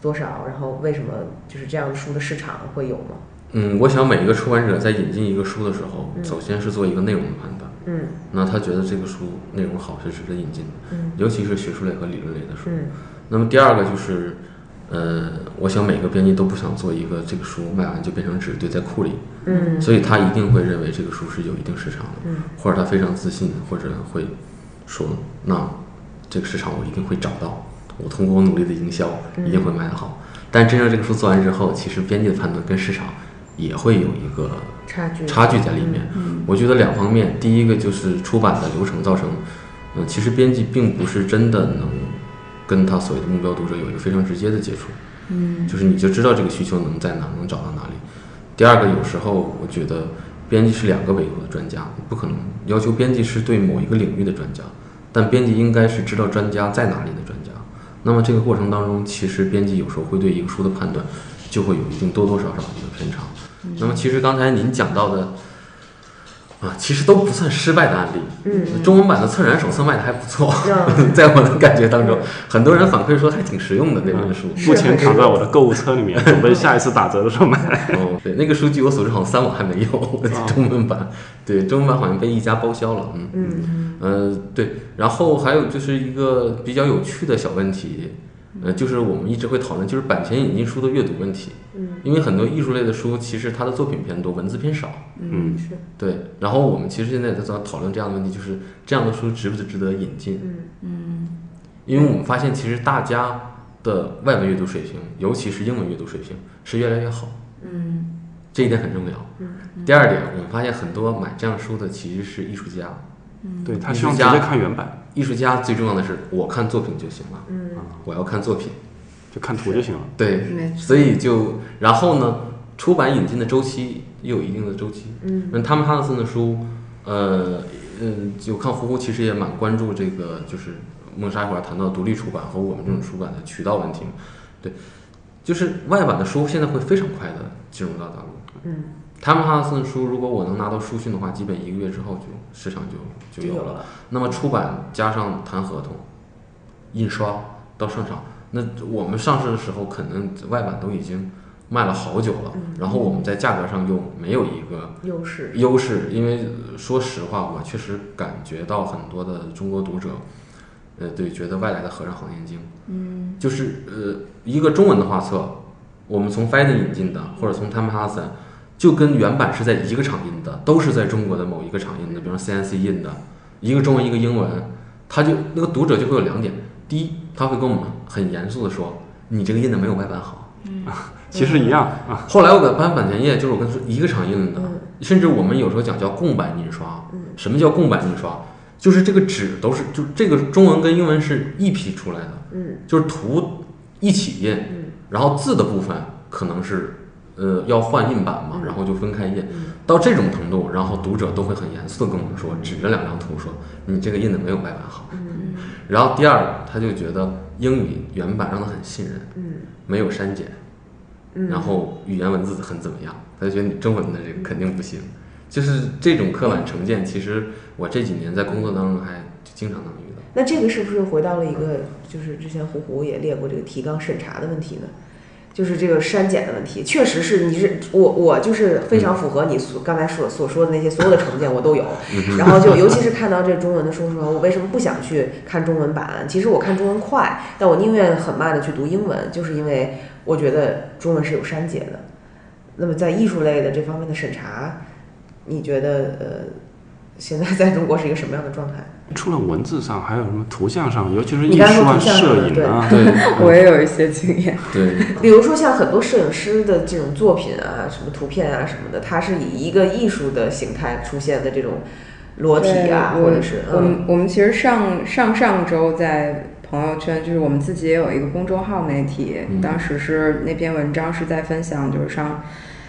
S2: 多少？然后为什么就是这样的书的市场会有吗？
S3: 嗯，我想每一个出版者在引进一个书的时候，首先是做一个内容的判断。
S2: 嗯，
S3: 那他觉得这个书内容好是值得引进的，嗯、尤其是学术类和理论类的书。
S2: 嗯
S3: 那么第二个就是，呃，我想每个编辑都不想做一个这个书卖完就变成纸堆在库里，嗯，所以他一定会认为这个书是有一定市场的，嗯、或者他非常自信，或者会说那这个市场我一定会找到，我通过我努力的营销一定会卖得好。但真正这个书做完之后，其实编辑的判断跟市场也会有一个
S4: 差距嗯
S3: 差距在里面。我觉得两方面，第一个就是出版的流程造成，嗯、其实编辑并不是真的能跟他所谓的目标读者有一个非常直接的接触，嗯，就是你就知道这个需求能在哪，能找到哪里。第二个，有时候我觉得编辑是两个维度的专家，不可能要求编辑是对某一个领域的专家，但编辑应该是知道专家在哪里的专家。那么这个过程当中，其实编辑有时候会对一个书的判断就会有一定多多少少的一个偏差。那么其实刚才您讲到的。啊，其实都不算失败的案例。嗯，中文版的《策展手册》卖的还不错， [LAUGHS] 在我的感觉当中，很多人反馈说还挺实用的那本书。
S1: 目前躺在我的购物车里
S2: [LAUGHS]
S1: 面，准备下一次打折的时候买。
S3: 哦，对，那个书据我所知好像三网还没有 [LAUGHS] 中文版，对，中文版好像被一家包销了，嗯嗯，呃，对，然后还有就是一个比较有趣的小问题，呃，就是我们一直会讨论就是版权引进书的阅读问题，嗯，因为很多艺术类的书其实它的作品偏多，文字偏少，
S4: 嗯是
S3: 对，然后我们其实现在也在讨论这样的问题，就是这样的书值不值得引进，嗯因为我们发现其实大家的外文阅读水平，尤其是英文阅读水平是越来越好，这一点很重要。第二点，我们发现很多买这样书的其实是艺术家，
S1: [LAUGHS]
S2: 嗯
S1: 对他
S3: 艺
S1: 希
S3: 术
S1: 望直
S3: 家
S1: 接看原版，
S3: 艺术家最重要的是我看作品就行了，嗯，我要看作品，
S1: 就看图就行了。
S3: 对，所以就然后呢，出版引进的周期也有一定的周期。嗯，那汤姆汉克森的书，呃，嗯，就看呼呼其实也蛮关注这个，就是孟莎一会儿谈到独立出版和我们这种出版的渠道问题嘛。对，就是外版的书现在会非常快的进入到大陆。嗯，汤姆汉克森的书，如果我能拿到书讯的话，基本一个月之后就市场就就有了。那么出版加上谈合同，印刷到上场，那我们上市的时候，可能外版都已经卖了好久了，然后我们在价格上又没有一个
S2: 优势，
S3: 优势，因为呃说实话，我确实感觉到很多的中国读者，呃，对，觉得外来的和尚好念经，嗯，就是呃，一个中文的画册，我们从 f i d e 引进的，或者从 Time Hudson，就跟原版是在一个厂印的，都是在中国的某一个厂印的，比如说 CNC 印的，一个中文一个英文，他就那个读者就会有两点，第一，他会跟我们很严肃的说，你这个印的没有外版好，
S1: 其
S2: 嗯
S1: 实一样啊，
S3: 后来我给搬版权页，就是我跟他说一个厂印的，甚至我们有时候讲叫共版印刷。什么叫共版印刷？就是这个纸都是，就这个中文跟英文是一批出来的，嗯，就是图一起印，然后字的部分可能是呃要换印版嘛，然后就分开印，到这种程度，然后读者都会很严肃的跟我们说，指着两张图说你这个印的没有外版好，然后第二他就觉得英语原版让他很信任，没有删减，然后语言文字很怎么样，他就觉得你中文的这个肯定不行。就是这种刻板成见，其实我这几年在工作当中还经常能遇到。
S2: 那这个是不是回到了一个，就是之前胡胡也列过这个提纲审查的问题呢？就是这个删减的问题，确实是你是我我就是非常符合你所刚才所所说的那些所有的成见，我都有。然后就尤其是看到这中文的书的时候，我为什么不想去看中文版？其实我看中文快，但我宁愿很慢的去读英文，就是因为我觉得中文是有删节的。那么在艺术类的这方面的审查，你觉得呃，现在在中国是一个什么样的状态？
S1: 除了文字上，还有什么图像上，尤其是
S2: 你
S1: 艺
S2: 刚才
S1: 术
S2: 说
S1: 啊、
S2: 图像上
S1: 摄
S2: 的
S1: 影
S2: 对
S1: 啊，
S3: 对
S4: 我也有一些经验。
S3: 对，
S2: 比如说像很多摄影师的这种作品啊，什么图片啊什么的，它是以一个艺术的形态出现的这种裸体啊，
S4: 对我
S2: 或者是
S4: 我
S2: 嗯
S4: 们我们其实上上上周在朋友圈，就是我们自己也有一个公众号媒体，
S2: 嗯
S4: 当时是那篇文章是在分享，就是上，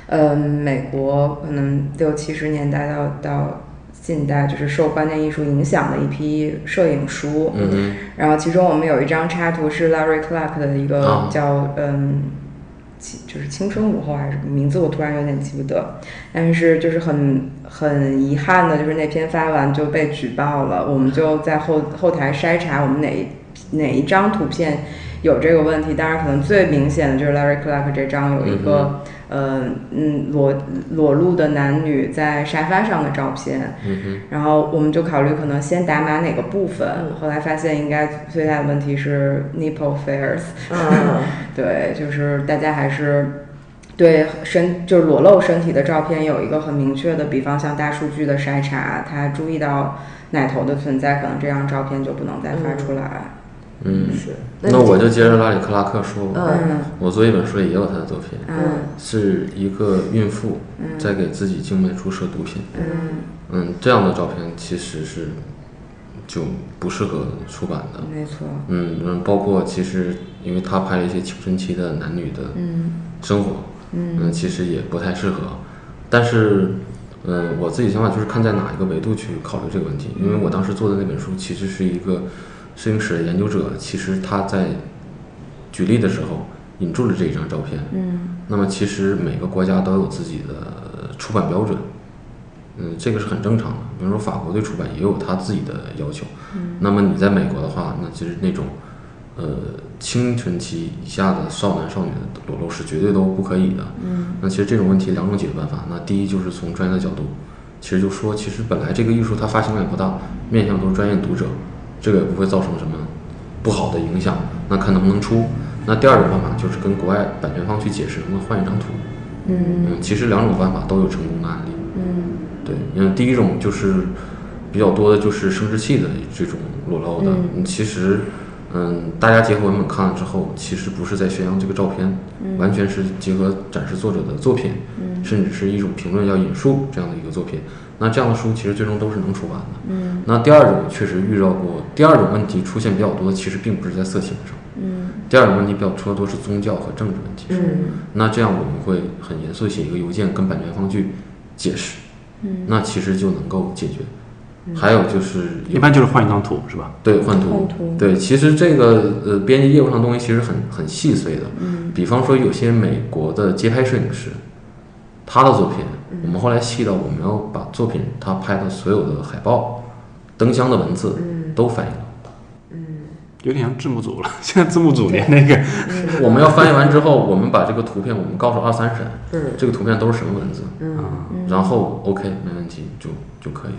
S4: 嗯、美国可能六七十年代到到近代，就是受观念艺术影响的一批摄影书，
S3: 嗯，
S4: 然后其中我们有一张插图是 Larry Clark 的一
S3: 啊
S4: 个叫、嗯。青就是青春午后还是什么名字，我突然有点记不得。但是就是很很遗憾的，就是那篇发完就被举报了。我们就在后后台筛查我们哪一哪一张图片有这个问题。当然，可能最明显的就是 Larry Clark 这张有一个、呃嗯裸裸露的男女在沙发上的照片。然后我们就考虑可能先打码哪个部分，后来发现应该最大的问题是 nipple fairs，、
S2: 嗯
S4: [LAUGHS] 对，就是大家还是对身就是裸露身体的照片有一个很明确的，比方像大数据的筛查，他注意到奶头的存在，可能这张照片就不能再发出来。
S3: 嗯，
S2: 是。
S3: 那我就接着拉里克拉克说，
S2: 嗯
S3: 我做一本书也有他的作品，
S4: 嗯
S3: 是一个孕妇在给自己静脉注射毒品，
S4: 嗯，
S3: 嗯，这样的照片其实是就不适合出版的，
S4: 没错，
S3: 嗯，嗯包括其实因为他拍了一些青春期的男女的生活，嗯，其实也不太适合。但是，嗯，我自己想法就是看在哪一个维度去考虑这个问题。因为我当时做的那本书其实是一个摄影史的研究者，其实他在举例的时候引注了这一张照片，嗯，那么其实每个国家都有自己的出版标准，嗯，这个是很正常的。比如说法国对出版也有他自己的要求。那么你在美国的话，那其实那种呃青春期以下的少男少女的裸露是绝对都不可以的。嗯，那其实这种问题两种解决办法。那第一就是从专业的角度，其实就说其实本来这个艺术它发行量也不大，面向都是专业读者，这个也不会造成什么不好的影响。那看能不能出。那第二种办法就是跟国外版权方去解释，能不能换一张图。嗯，其实两种办法都有成功的案例。对，因为第一种就是比较多的就是生殖器的这种裸露的，嗯、其实，嗯，大家结合文本看了之后，其实不是在宣扬这个照片，完全是结合展示作者的作品，甚至是一种评论要引述这样的一个作品。那这样的书其实最终都是能出版的。嗯，那第二种确实遇到过，第二种问题出现比较多的，其实并不是在色情上。嗯，第二种问题比较出的多是宗教和政治问题上。那这样我们会很严肃地写一个邮件跟版权方去解释。那其实就能够解决。还有就是有
S1: 一般就是换一张图，是吧？
S3: 对换图，
S4: 嗯换图
S3: 对，其实这个呃编辑业务上的东西其实很很细碎的。嗯，比方说有些美国的街拍摄影师，他的作品，
S4: 嗯
S3: 我们后来细到我们要把作品他拍的所有的海报、灯箱的文字
S4: 嗯
S3: 都翻译了。
S1: 有点像字幕组了， [LAUGHS] 现在字幕组连那个
S3: [LAUGHS] 我们要翻译完之后，我们把这个图片我们告诉二三审，这个图片都是什么文字，啊然后 OK 没问题就就可以了。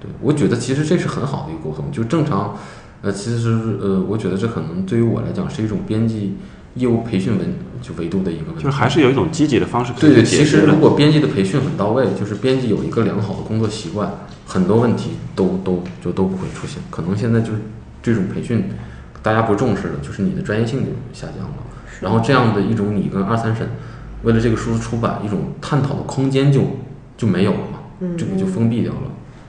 S3: 对，我觉得其实这是很好的一个沟通，就正常，呃，其实呃，我觉得这可能对于我来讲是一种编辑业务培训文就维度的一个问题，
S1: 就是还是有一种积极的方式可
S3: 对
S1: 以
S3: 对，
S1: 去
S3: 其
S1: 解
S3: 实
S1: 决的
S3: 如。果编辑的培训很到位，就是编辑有一个良好的工作习惯，很多问题都都就都不会出现。可能现在就是这种培训，大家不重视了，就是你的专业性就下降了。然后这样的一种你跟二三审为了这个书出版一种探讨的空间就就没有了嘛，这个就封闭掉了。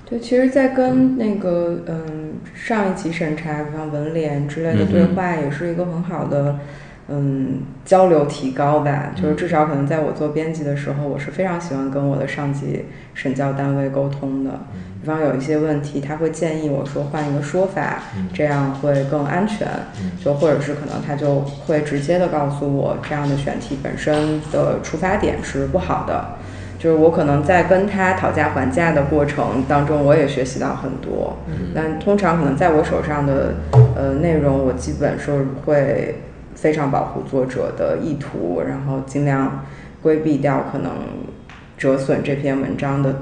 S4: 对，其实，在跟那个嗯上一期审查，比方文联之类的对话，也是一个很好的嗯交流提高吧。就是至少可能在我做编辑的时候，我是非常喜欢跟我的上级审教单位沟通的。比方有一些问题，他会建议我说换一个说法，这样会更安全。就或者是可能他就会直接的告诉我，这样的选题本身的出发点是不好的。就是我可能在跟他讨价还价的过程当中，我也学习到很多。但通常可能在我手上的呃内容，我基本是会非常保护作者的意图，然后尽量规避掉可能折损这篇文章的，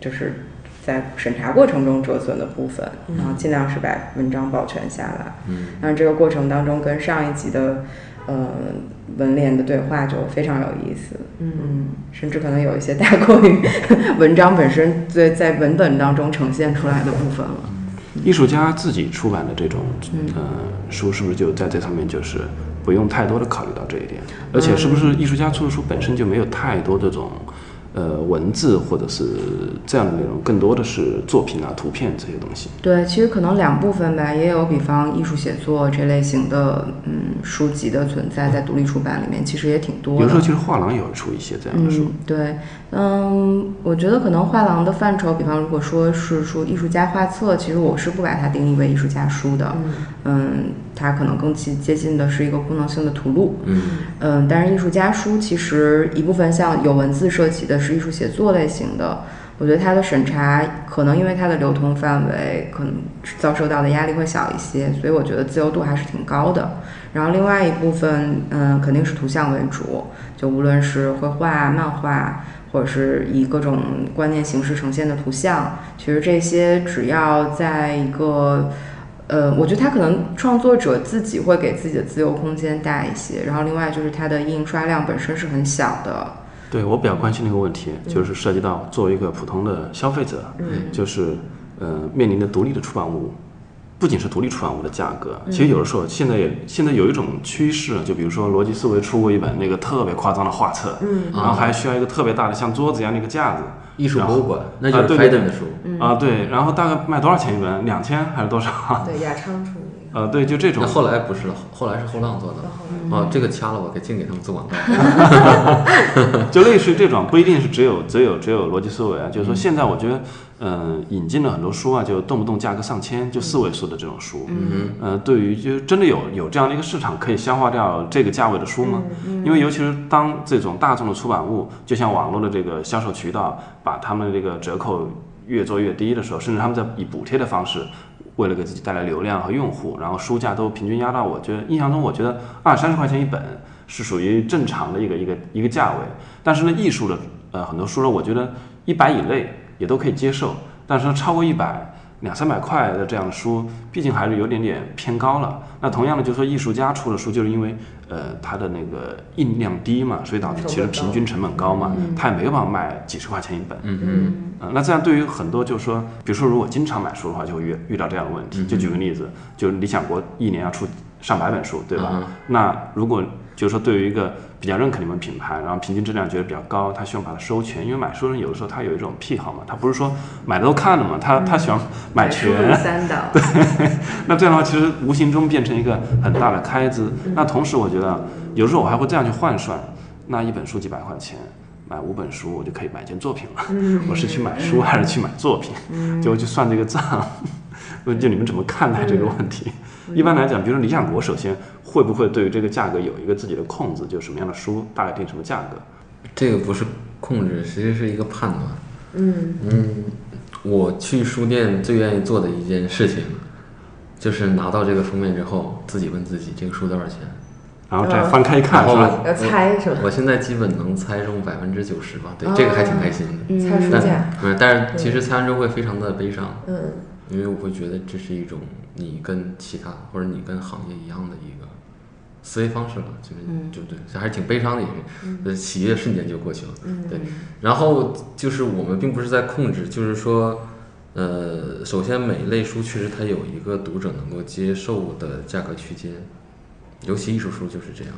S4: 就是在审查过程中折损的部分，然后尽量是把文章保全下来。嗯，但是这个过程当中跟上一集的呃文联的对话就非常有意思。嗯，甚至可能有一些大过于文章本身对在文本当中呈现出来的部分了。
S1: 艺术家自己出版的这种呃书，是不是就在这上面就是不用太多的考虑到这一点？而
S3: 嗯
S1: 且是不是艺术家出的书本身就没有太多这种呃文字或者是这样的内容，更多的是作品啊、图片这些东西？
S4: 对，其实可能两部分吧，也有比方艺术写作这类型的嗯书籍的存在，在独立出版里面其实也挺多的。
S1: 有时候其实画廊也会出一些这样的书。
S4: 嗯，对，嗯，我觉得可能画廊的范畴，比方如果说是说艺术家画册，其实我是不把它定义为艺术家书的，嗯，它可能更接接近的是一个功能性的图录，嗯但是艺术家书其实一部分像有文字涉及的是艺术写作类型的。我觉得它的审查可能因为它的流通范围，可能遭受到的压力会小一些，所以我觉得自由度还是挺高的。然后另外一部分，嗯，肯定是图像为主，就无论是绘画、漫画，或者是以各种观念形式呈现的图像，其实这些只要在一个，呃，我觉得他可能创作者自己会给自己的自由空间大一些。然后另外就是它的印刷量本身是很小的，
S1: 对我比较关心的一个问题，就是涉及到作为一个普通的消费者，就是呃面临的独立的出版物，不仅是独立出版物的价格，其实有的时候现在也现在有一种趋势，就比如说逻辑思维出过一本那个特别夸张的画册，嗯，然后还需要一个特别大的像桌子一样的一个架子，
S3: 艺术博物馆，那
S1: 然
S3: 就
S1: 后啊对
S3: 是 f a
S1: 对对
S3: d e n 的书，
S1: 啊对，然后大概卖多少钱一本？两千还是多少？
S2: 对亚昌出的。
S1: [LAUGHS] 呃，对，就这种
S3: 那。后来不是了，后来是后浪做的。哦，这个掐了，我给净给他们做广告。
S1: 就类似于这种，不一定是只有只有只有逻辑思维啊，就是说现在我觉得，嗯、引进了很多书啊，就动不动价格上千，就四位数的这种书，嗯，呃，对于就是真的有有这样的一个市场可以消化掉这个价位的书吗？因为尤其是当这种大众的出版物，就像网络的这个销售渠道，把他们的这个折扣越做越低的时候，甚至他们在以补贴的方式。为了给自己带来流量和用户，然后书价都平均压到，我觉得印象中，我觉得二三十块钱一本是属于正常的一个一个一个价位。但是呢，艺术的呃很多书呢，我觉得一百以内也都可以接受，但是呢，超过一百两三百块的这样的书，毕竟还是有点点偏高了。那同样的，就是说艺术家出的书，就是因为呃它的那个印量低嘛，所以导致其实平均成本高嘛，它也没有办法卖几十块钱一本。嗯嗯。那这样对于很多就是说，比如说如果经常买书的话，就会遇遇到这样的问题。就举个例子，就理想国一年要出上百本书，对吧？那如果就是说，对于一个比较认可你们品牌，然后平均质量觉得比较高，他希望把它收全，因为买书人有的时候他有一种癖好嘛，他不是说买了都看了嘛，他、他喜欢嗯买全。
S4: 三档，
S1: 那这样的话，其实无形中变成一个很大的开支。那同时，我觉得有时候我还会这样去换算，那一本书几百块钱，买五本书我就可以买一件作品了。我是去买书还是去买作品？就去算这个账。 [LAUGHS] 就你们怎么看待这个问题？一般来讲，比如说理想国，首先会不会对于这个价格有一个自己的控制，就是什么样的书大概定什么价格？
S3: 这个不是控制，其实是一个判断。嗯我去书店最愿意做的一件事情，就是拿到这个封面之后，自己问自己这个书多少钱。
S1: 然后再翻开一看，
S3: 然
S1: 是
S3: 后
S1: 吧？
S4: [LAUGHS]
S3: 我
S2: 要猜是吧
S3: 我现在基本能猜中百分之九十吧，对，这个还挺开心的。
S4: 嗯
S2: 猜书价，
S3: 但不是，但是其实猜完之后会非常的悲伤。
S2: 嗯，
S3: 因为我会觉得这是一种你跟其他或者你跟行业一样的一个思维方式了，就是、就对，这还是挺悲伤的，也是，呃、喜悦瞬间就过去了，对。然后就是我们并不是在控制，就是说，呃，首先每一类书确实它有一个读者能够接受的价格区间，尤其艺术书就是这样。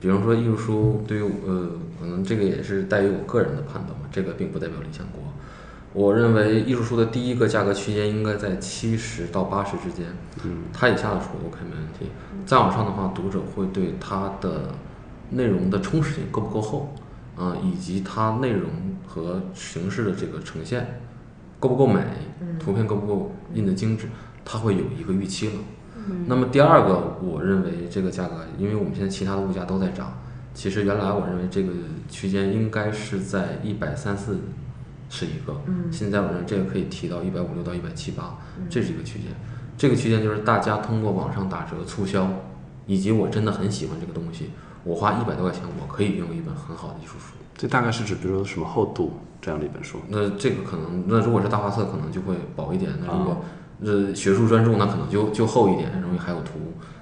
S3: 比方说艺术书对于我呃，可能这个也是带于我个人的判断嘛，这个并不代表理想国。我认为艺术书的第一个价格区间应该在七十到八十之间，嗯，它以下的书 OK 没问题。再往上的话，读者会对它的内容的充实性够不够厚，啊、以及它内容和形式的这个呈现够不够美，图片够不够印的精致，它会有一个预期了。那么第二个，我认为这个价格，因为我们现在其他的物价都在涨，其实原来我认为这个区间应该是在一百三四是一个，现在我认为这个可以提到一百五六到一百七八，这是一个区间。这个区间就是大家通过网上打折促销，以及我真的很喜欢这个东西，我花一百多块钱我可以拥有一本很好的艺术书。
S1: 这大概是指，比如说什么厚度这样的一本书。
S3: 那这个可能，那如果是大画册，可能就会薄一点。那如果呃学术专著，那可能就就厚一点，容易还有图。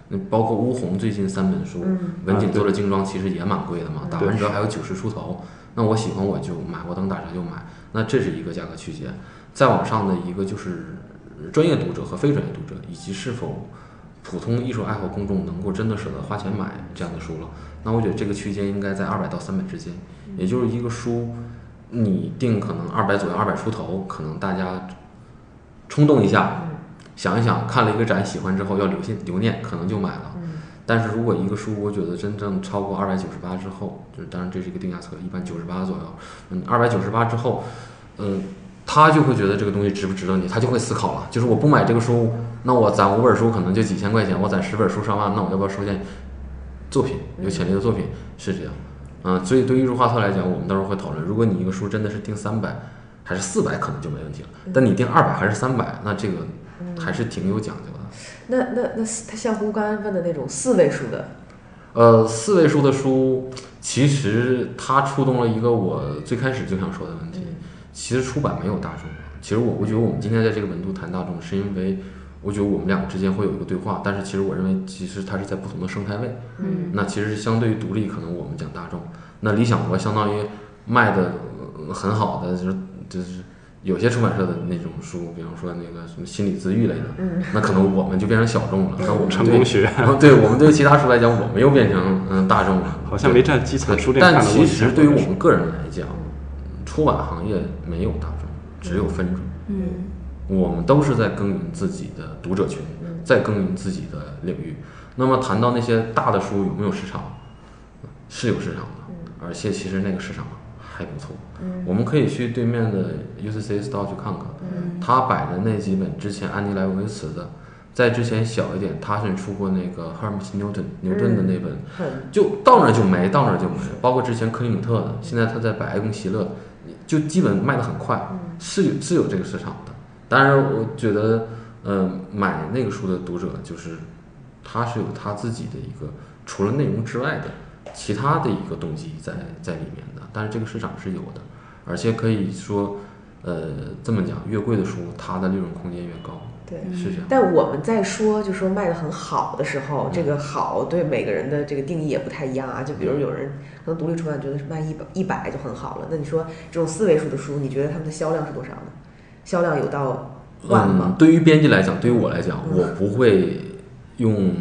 S3: 那包括乌红最近三本书，文景做的精装其实也蛮贵的嘛，打完折还有九十出头。那我喜欢我就买，我等打折就买。那这是一个价格区间。再往上的一个就是专业读者和非专业读者，以及是否普通艺术爱好公众能够真的舍得花钱买这样的书了。那我觉得这个区间应该在二百到三百之间，也就是一个书，你定可能二百左右，二百出头，可能大家冲动一下，想一想，看了一个展喜欢之后要留心留念，可能就买了。但是如果一个书，我觉得真正超过二百九十八之后，就是当然这是一个定价策略，一般九十八左右，嗯，二百九十八之后，嗯，他就会觉得这个东西值不值得你，他就会思考了。就是我不买这个书，那我攒五本书可能就几千块钱，我攒十本书上万，那我要不要收件作品？有潜力的作品是这样，嗯，所以对于艺术画册来讲，我们到时候会讨论，如果你一个书真的是定三百还是四百，可能就没问题了。但你定二百还是三百，那这个还是挺有讲究的。
S2: 那那那四他像乎刚才问的那种四位数的，
S3: 呃，四位数的书，其实它触动了一个我最开始就想说的问题。其实出版没有大众，其实我我觉得我们今天在这个温度谈大众，是因为我觉得我们两个之间会有一个对话，但是其实我认为，其实它是在不同的生态位。嗯，那其实相对于独立，可能我们讲大众，那理想国相当于卖的、呃很好的，就是就是有些出版社的那种书，比方说那个什么心理自愈类的，那可能我们就变成小众了。那我们
S1: 成
S3: 嗯对
S1: 功学 [LAUGHS]
S3: 啊对我们对其他书来讲，我们又变成嗯大众了。
S1: 好像没占基层书店看
S3: 但
S1: 的过
S3: 其实对于我们个人来讲，出版行业没有大众，只有分众。
S5: 嗯
S3: 我们都是在耕耘自己的读者群，在耕耘自己的领域。那么谈到那些大的书有没有市场，是有市场的，而且其实那个市场还不错。我们可以去对面的 UCC Store 去看看，他摆的那几本之前安妮莱维茨的，在之前小一点，他是出过那个 Hermes Newton 牛顿的那本，就到那儿就没，到那儿就没。包括之前克里姆特的，现在他在摆埃公席勒，就基本卖的很快，是有是有这个市场的。当然，我觉得，呃，买那个书的读者就是，他是有他自己的一个除了内容之外的其他的一个动机在在里面的。但是这个市场是有的，而且可以说，呃，这么讲，越贵的书，它的利润空间越高，
S2: 对
S3: 是这样。
S2: 但我们在说，就说卖的很好的时候，这
S3: 嗯
S2: 个好对每个人的这个定义也不太一样啊。就比如有人可能独立出版觉得是卖一百一百就很好了，那你说这种四位数的书，你觉得他们的销量是多少呢？销量有到万
S3: 嗯
S2: 吗，？
S3: 对于编辑来讲，对于我来讲，我不会用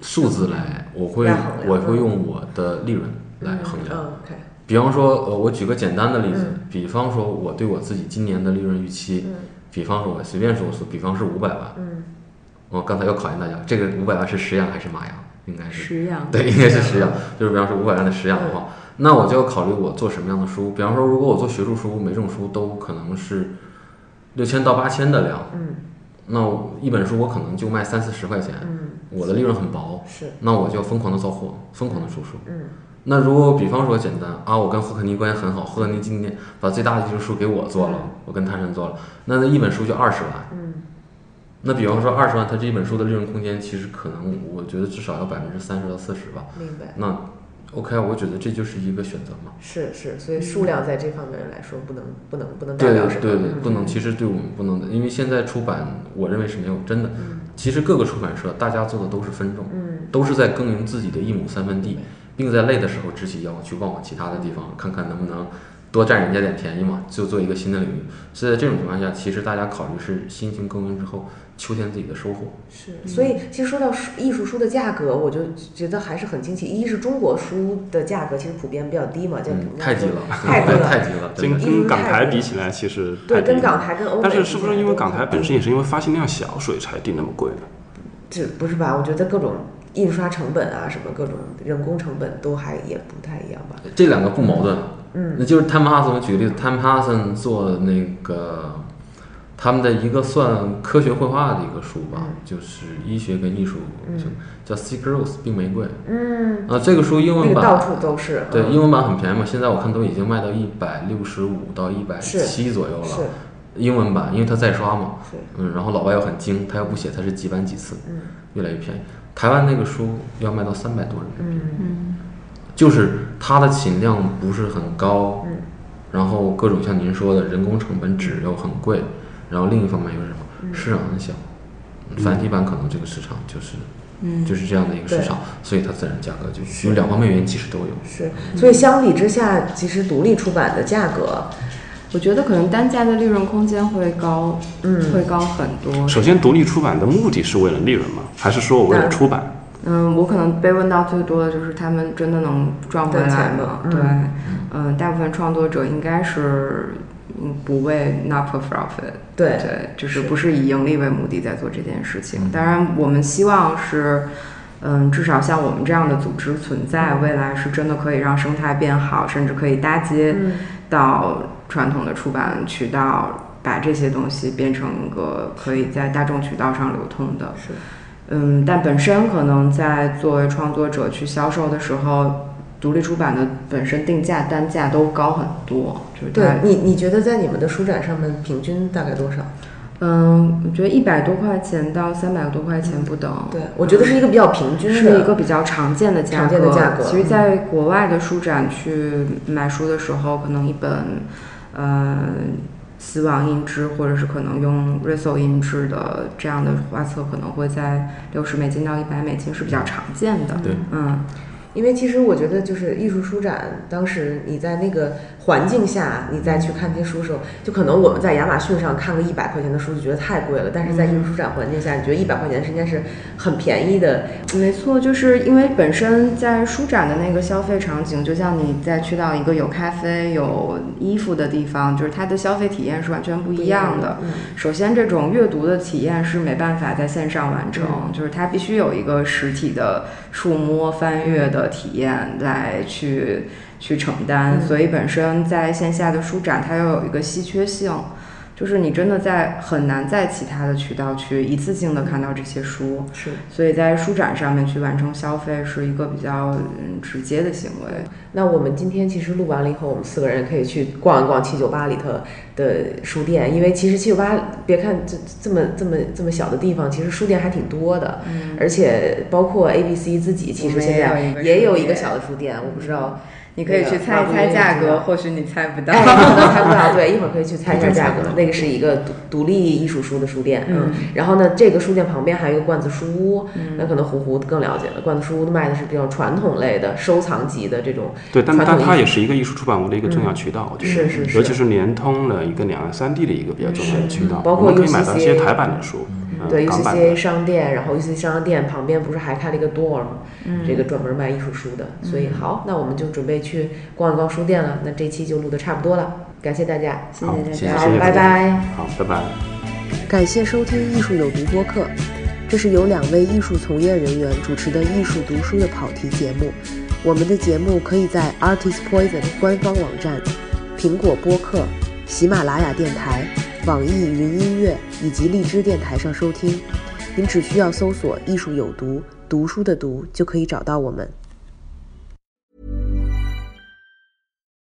S3: 数字来，我会
S2: 来衡量
S3: 我会用我的利润来衡量。
S2: 嗯，OK，
S3: 比方说，呃，我举个简单的例子，比方说我对我自己今年的利润预期，比方说我随便说说，比方是五百万，嗯，我刚才要考验大家，这个五百万是实样还是码样？应该是
S5: 十样
S3: 对，应该是实样，嗯就是比方说五百万的实样的话，那我就要考虑我做什么样的书。比方说，如果我做学术书，每种书都可能是六千到八千的量，嗯，那我一本书我可能就卖三四十块钱，嗯，我的利润很薄，
S2: 是
S3: 那我就要疯狂的造货，疯狂的出书，嗯。那如果比方说简单啊，我跟霍克尼关系很好，霍克尼今年把最大的技术书给我做了，
S2: 嗯
S3: 我跟泰山做了，那那一本书就二十万，那比方说二十万，它这一本书的利润空间，其实可能我觉得至少要百分之三十到四十吧。
S2: 明白。
S3: 那 OK，我觉得这就是一个选择嘛。
S2: 是是，所以数量在这方面来说不能不能不能代
S3: 对
S2: 表
S3: 对
S2: 什么。嗯
S3: 对对，不能，其实对我们不能的，因为现在出版，我认为是没有真的。
S2: 嗯
S3: 其实各个出版社大家做的都是分众，都是在耕耘自己的一亩三分地，并在累的时候直起腰去望望其他的地方，看看能不能多占人家点便宜嘛，就做一个新的领域。所以在这种情况下，其实大家考虑是辛勤耕耘之后，秋天自己的收获。
S2: 是，所以其实说到书艺术书的价格，我就觉得还是很惊奇。一是中国书的价格其实普遍比较低嘛，就
S3: 嗯，太低了，
S2: 太低了，
S3: [LAUGHS] 太低了，真
S1: 跟
S3: 的。
S1: 嗯跟港台比起来，其实
S2: 对，
S1: 太低
S2: 跟
S1: 了
S2: 港台跟欧美
S1: 但
S2: 比起来都，
S1: 是是不是因为港台本身也是因为发行量小，所以才定那么贵呢？
S2: 这不是吧？我觉得各种印刷成本啊，什么各种人工成本都还也不太一样吧。
S3: 这两个不矛盾。嗯，那就是 Time Hudson，我举个例子，Time Hudson 做那个他们的一个算科学绘画的一个书吧，就是医学跟艺术，就叫《Sick Rose》病玫瑰。嗯，啊，这个书英
S2: 那
S3: 文
S2: 个到
S3: 版
S2: 处都是，
S3: 对
S2: 嗯
S3: 英文版很便宜嘛，现在我看都已经卖到一百六十五到一百
S2: 是
S3: 七左右了。
S2: 是
S3: 英文版，因为它再刷嘛
S2: 是，
S3: 嗯，然后老外又很精，他又不写他是几版几次，嗯，越来越便宜。台湾那个书要卖到三百多人民币，
S2: 嗯
S3: 就是它的琴量不是很高，
S2: 嗯
S3: 然后各种像您说的人工成本纸又很贵，然后另一方面又是什
S2: 嗯
S3: 么市场很小，繁体版可能这个市场就是，就是这样的一个市场，所以它自然价格就有两方面原因其实都有，
S2: 嗯是，所以相比之下，其实独立出版的价格，
S4: 嗯我觉得可能单价的利润空间会高，嗯，会高很多。
S1: 首先，独立出版的目的是为了利润吗？还是说我为了出版？
S4: 嗯，我可能被问到最多的就是他们真的能赚回来
S2: 赚钱
S4: 吗
S2: 吗？
S4: 对，嗯，大部分创作者应该是嗯不为 not for profit，
S2: 对嗯
S4: 对，就是不是以盈利为目的在做这件事情。当然，我们希望是。嗯，至少像我们这样的组织存在，
S2: 嗯
S4: 未来是真的可以让生态变好，甚至可以搭接
S2: 嗯
S4: 到传统的出版渠道，把这些东西变成一个可以在大众渠道上流通的。嗯，但本身可能在作为创作者去销售的时候，独立出版的本身定价单价都高很多，就是
S2: 对
S4: 它，
S2: 你你觉得在你们的书展上面平均大概多少？
S4: 嗯，我觉得一百多块钱到三百多块钱不等，
S2: 嗯对，我觉得是一个比较平均的，
S4: 是一个比较常见的价
S2: 常见的价格嗯
S4: 其实，在国外的书展去买书的时候，可能一本，呃，丝网印制或者是可能用 Riso 印制的这样的画册，可能会在六十美金到一百美金是比较常见的。
S3: 对，
S4: 嗯，
S2: 因为其实我觉得，就是艺术书展，当时你在那个环境下，你再去看这些书的时候，就可能我们在亚马逊上看个一百块钱的书就觉得太贵了，但是在
S4: 嗯
S2: 艺术书展环境下，你觉得一百块钱是应该是很便宜的。
S4: 没错，就是因为本身在书展的那个消费场景，就像你再去到一个有咖啡、有衣服的地方，就是它的消费体验是完全不一样的。首先，这种阅读的体验是没办法在线上完成，就是它必须有一个实体的触摸、翻阅的体验来去去承担。所以，本身在线下的书展，它又有一个稀缺性。就是你真的在很难在其他的渠道去一次性的看到这些书，
S2: 是，
S4: 所以在书展上面去完成消费是一个比较嗯直接的行为。
S2: 那我们今天其实录完了以后，我们四个人可以去逛一逛七九八里头的书店，因为其实七九八别看这这么这么这么小的地方，其实书店还挺多的，而且包括 A B C 自己其实现
S4: 我们也有一
S2: 在
S4: 个
S2: 也有
S4: 书
S2: 一个
S4: 店
S2: 小的书店，我不知道
S4: 你可以
S2: 啊
S4: 去猜一猜价格，或许你猜
S2: [LAUGHS]
S4: [LAUGHS] 不到。
S2: 哎，可能猜不到，对，一会儿可以去猜一下价
S3: 已经猜不
S2: 格
S3: 到。
S2: 那个是一个独独立艺术书的书店，嗯，然后呢，这个书店旁边还有一个罐子书屋，
S4: 嗯
S2: 那可能胡胡更了解了。罐子书屋卖的是比较传统类的收藏级的这种
S1: 对，但
S2: 传
S1: 但
S2: 统
S1: 它
S2: 艺
S1: 也
S2: 术嗯
S1: 是一个艺术出版物的一个重要渠道，我觉得，
S2: 是是是嗯
S1: 尤其是联通了一个两岸三地的一个比较重要的渠道，
S2: 包括
S1: 我们可以买到一些
S2: UCCA
S1: 台版的书，嗯
S2: 对
S1: 港版
S2: UCCA
S1: 的。
S2: 商店，然后 UCCA 商店旁边不是还开了一个 dorm，、这
S4: 嗯
S2: 个专门卖艺术书的。所以好，那我们就准备去逛一逛书店了。那这期就录的差不多了，感谢大家，
S1: 好，
S4: 谢
S1: 谢
S4: 谢
S1: 谢
S4: 大
S2: 好
S1: 大家
S4: 家，
S2: 拜拜。
S1: 好，拜拜。
S5: 感谢收听《艺术有毒》播客，这是由两位艺术从业人员主持的艺术读书的跑题节目。我们的节目可以在 Artist Poison 官方网站、苹果播客、喜马拉雅电台、网易云音乐以及荔枝电台上收听。您只需要搜索“艺术有毒”，读书的读就可以找到我们。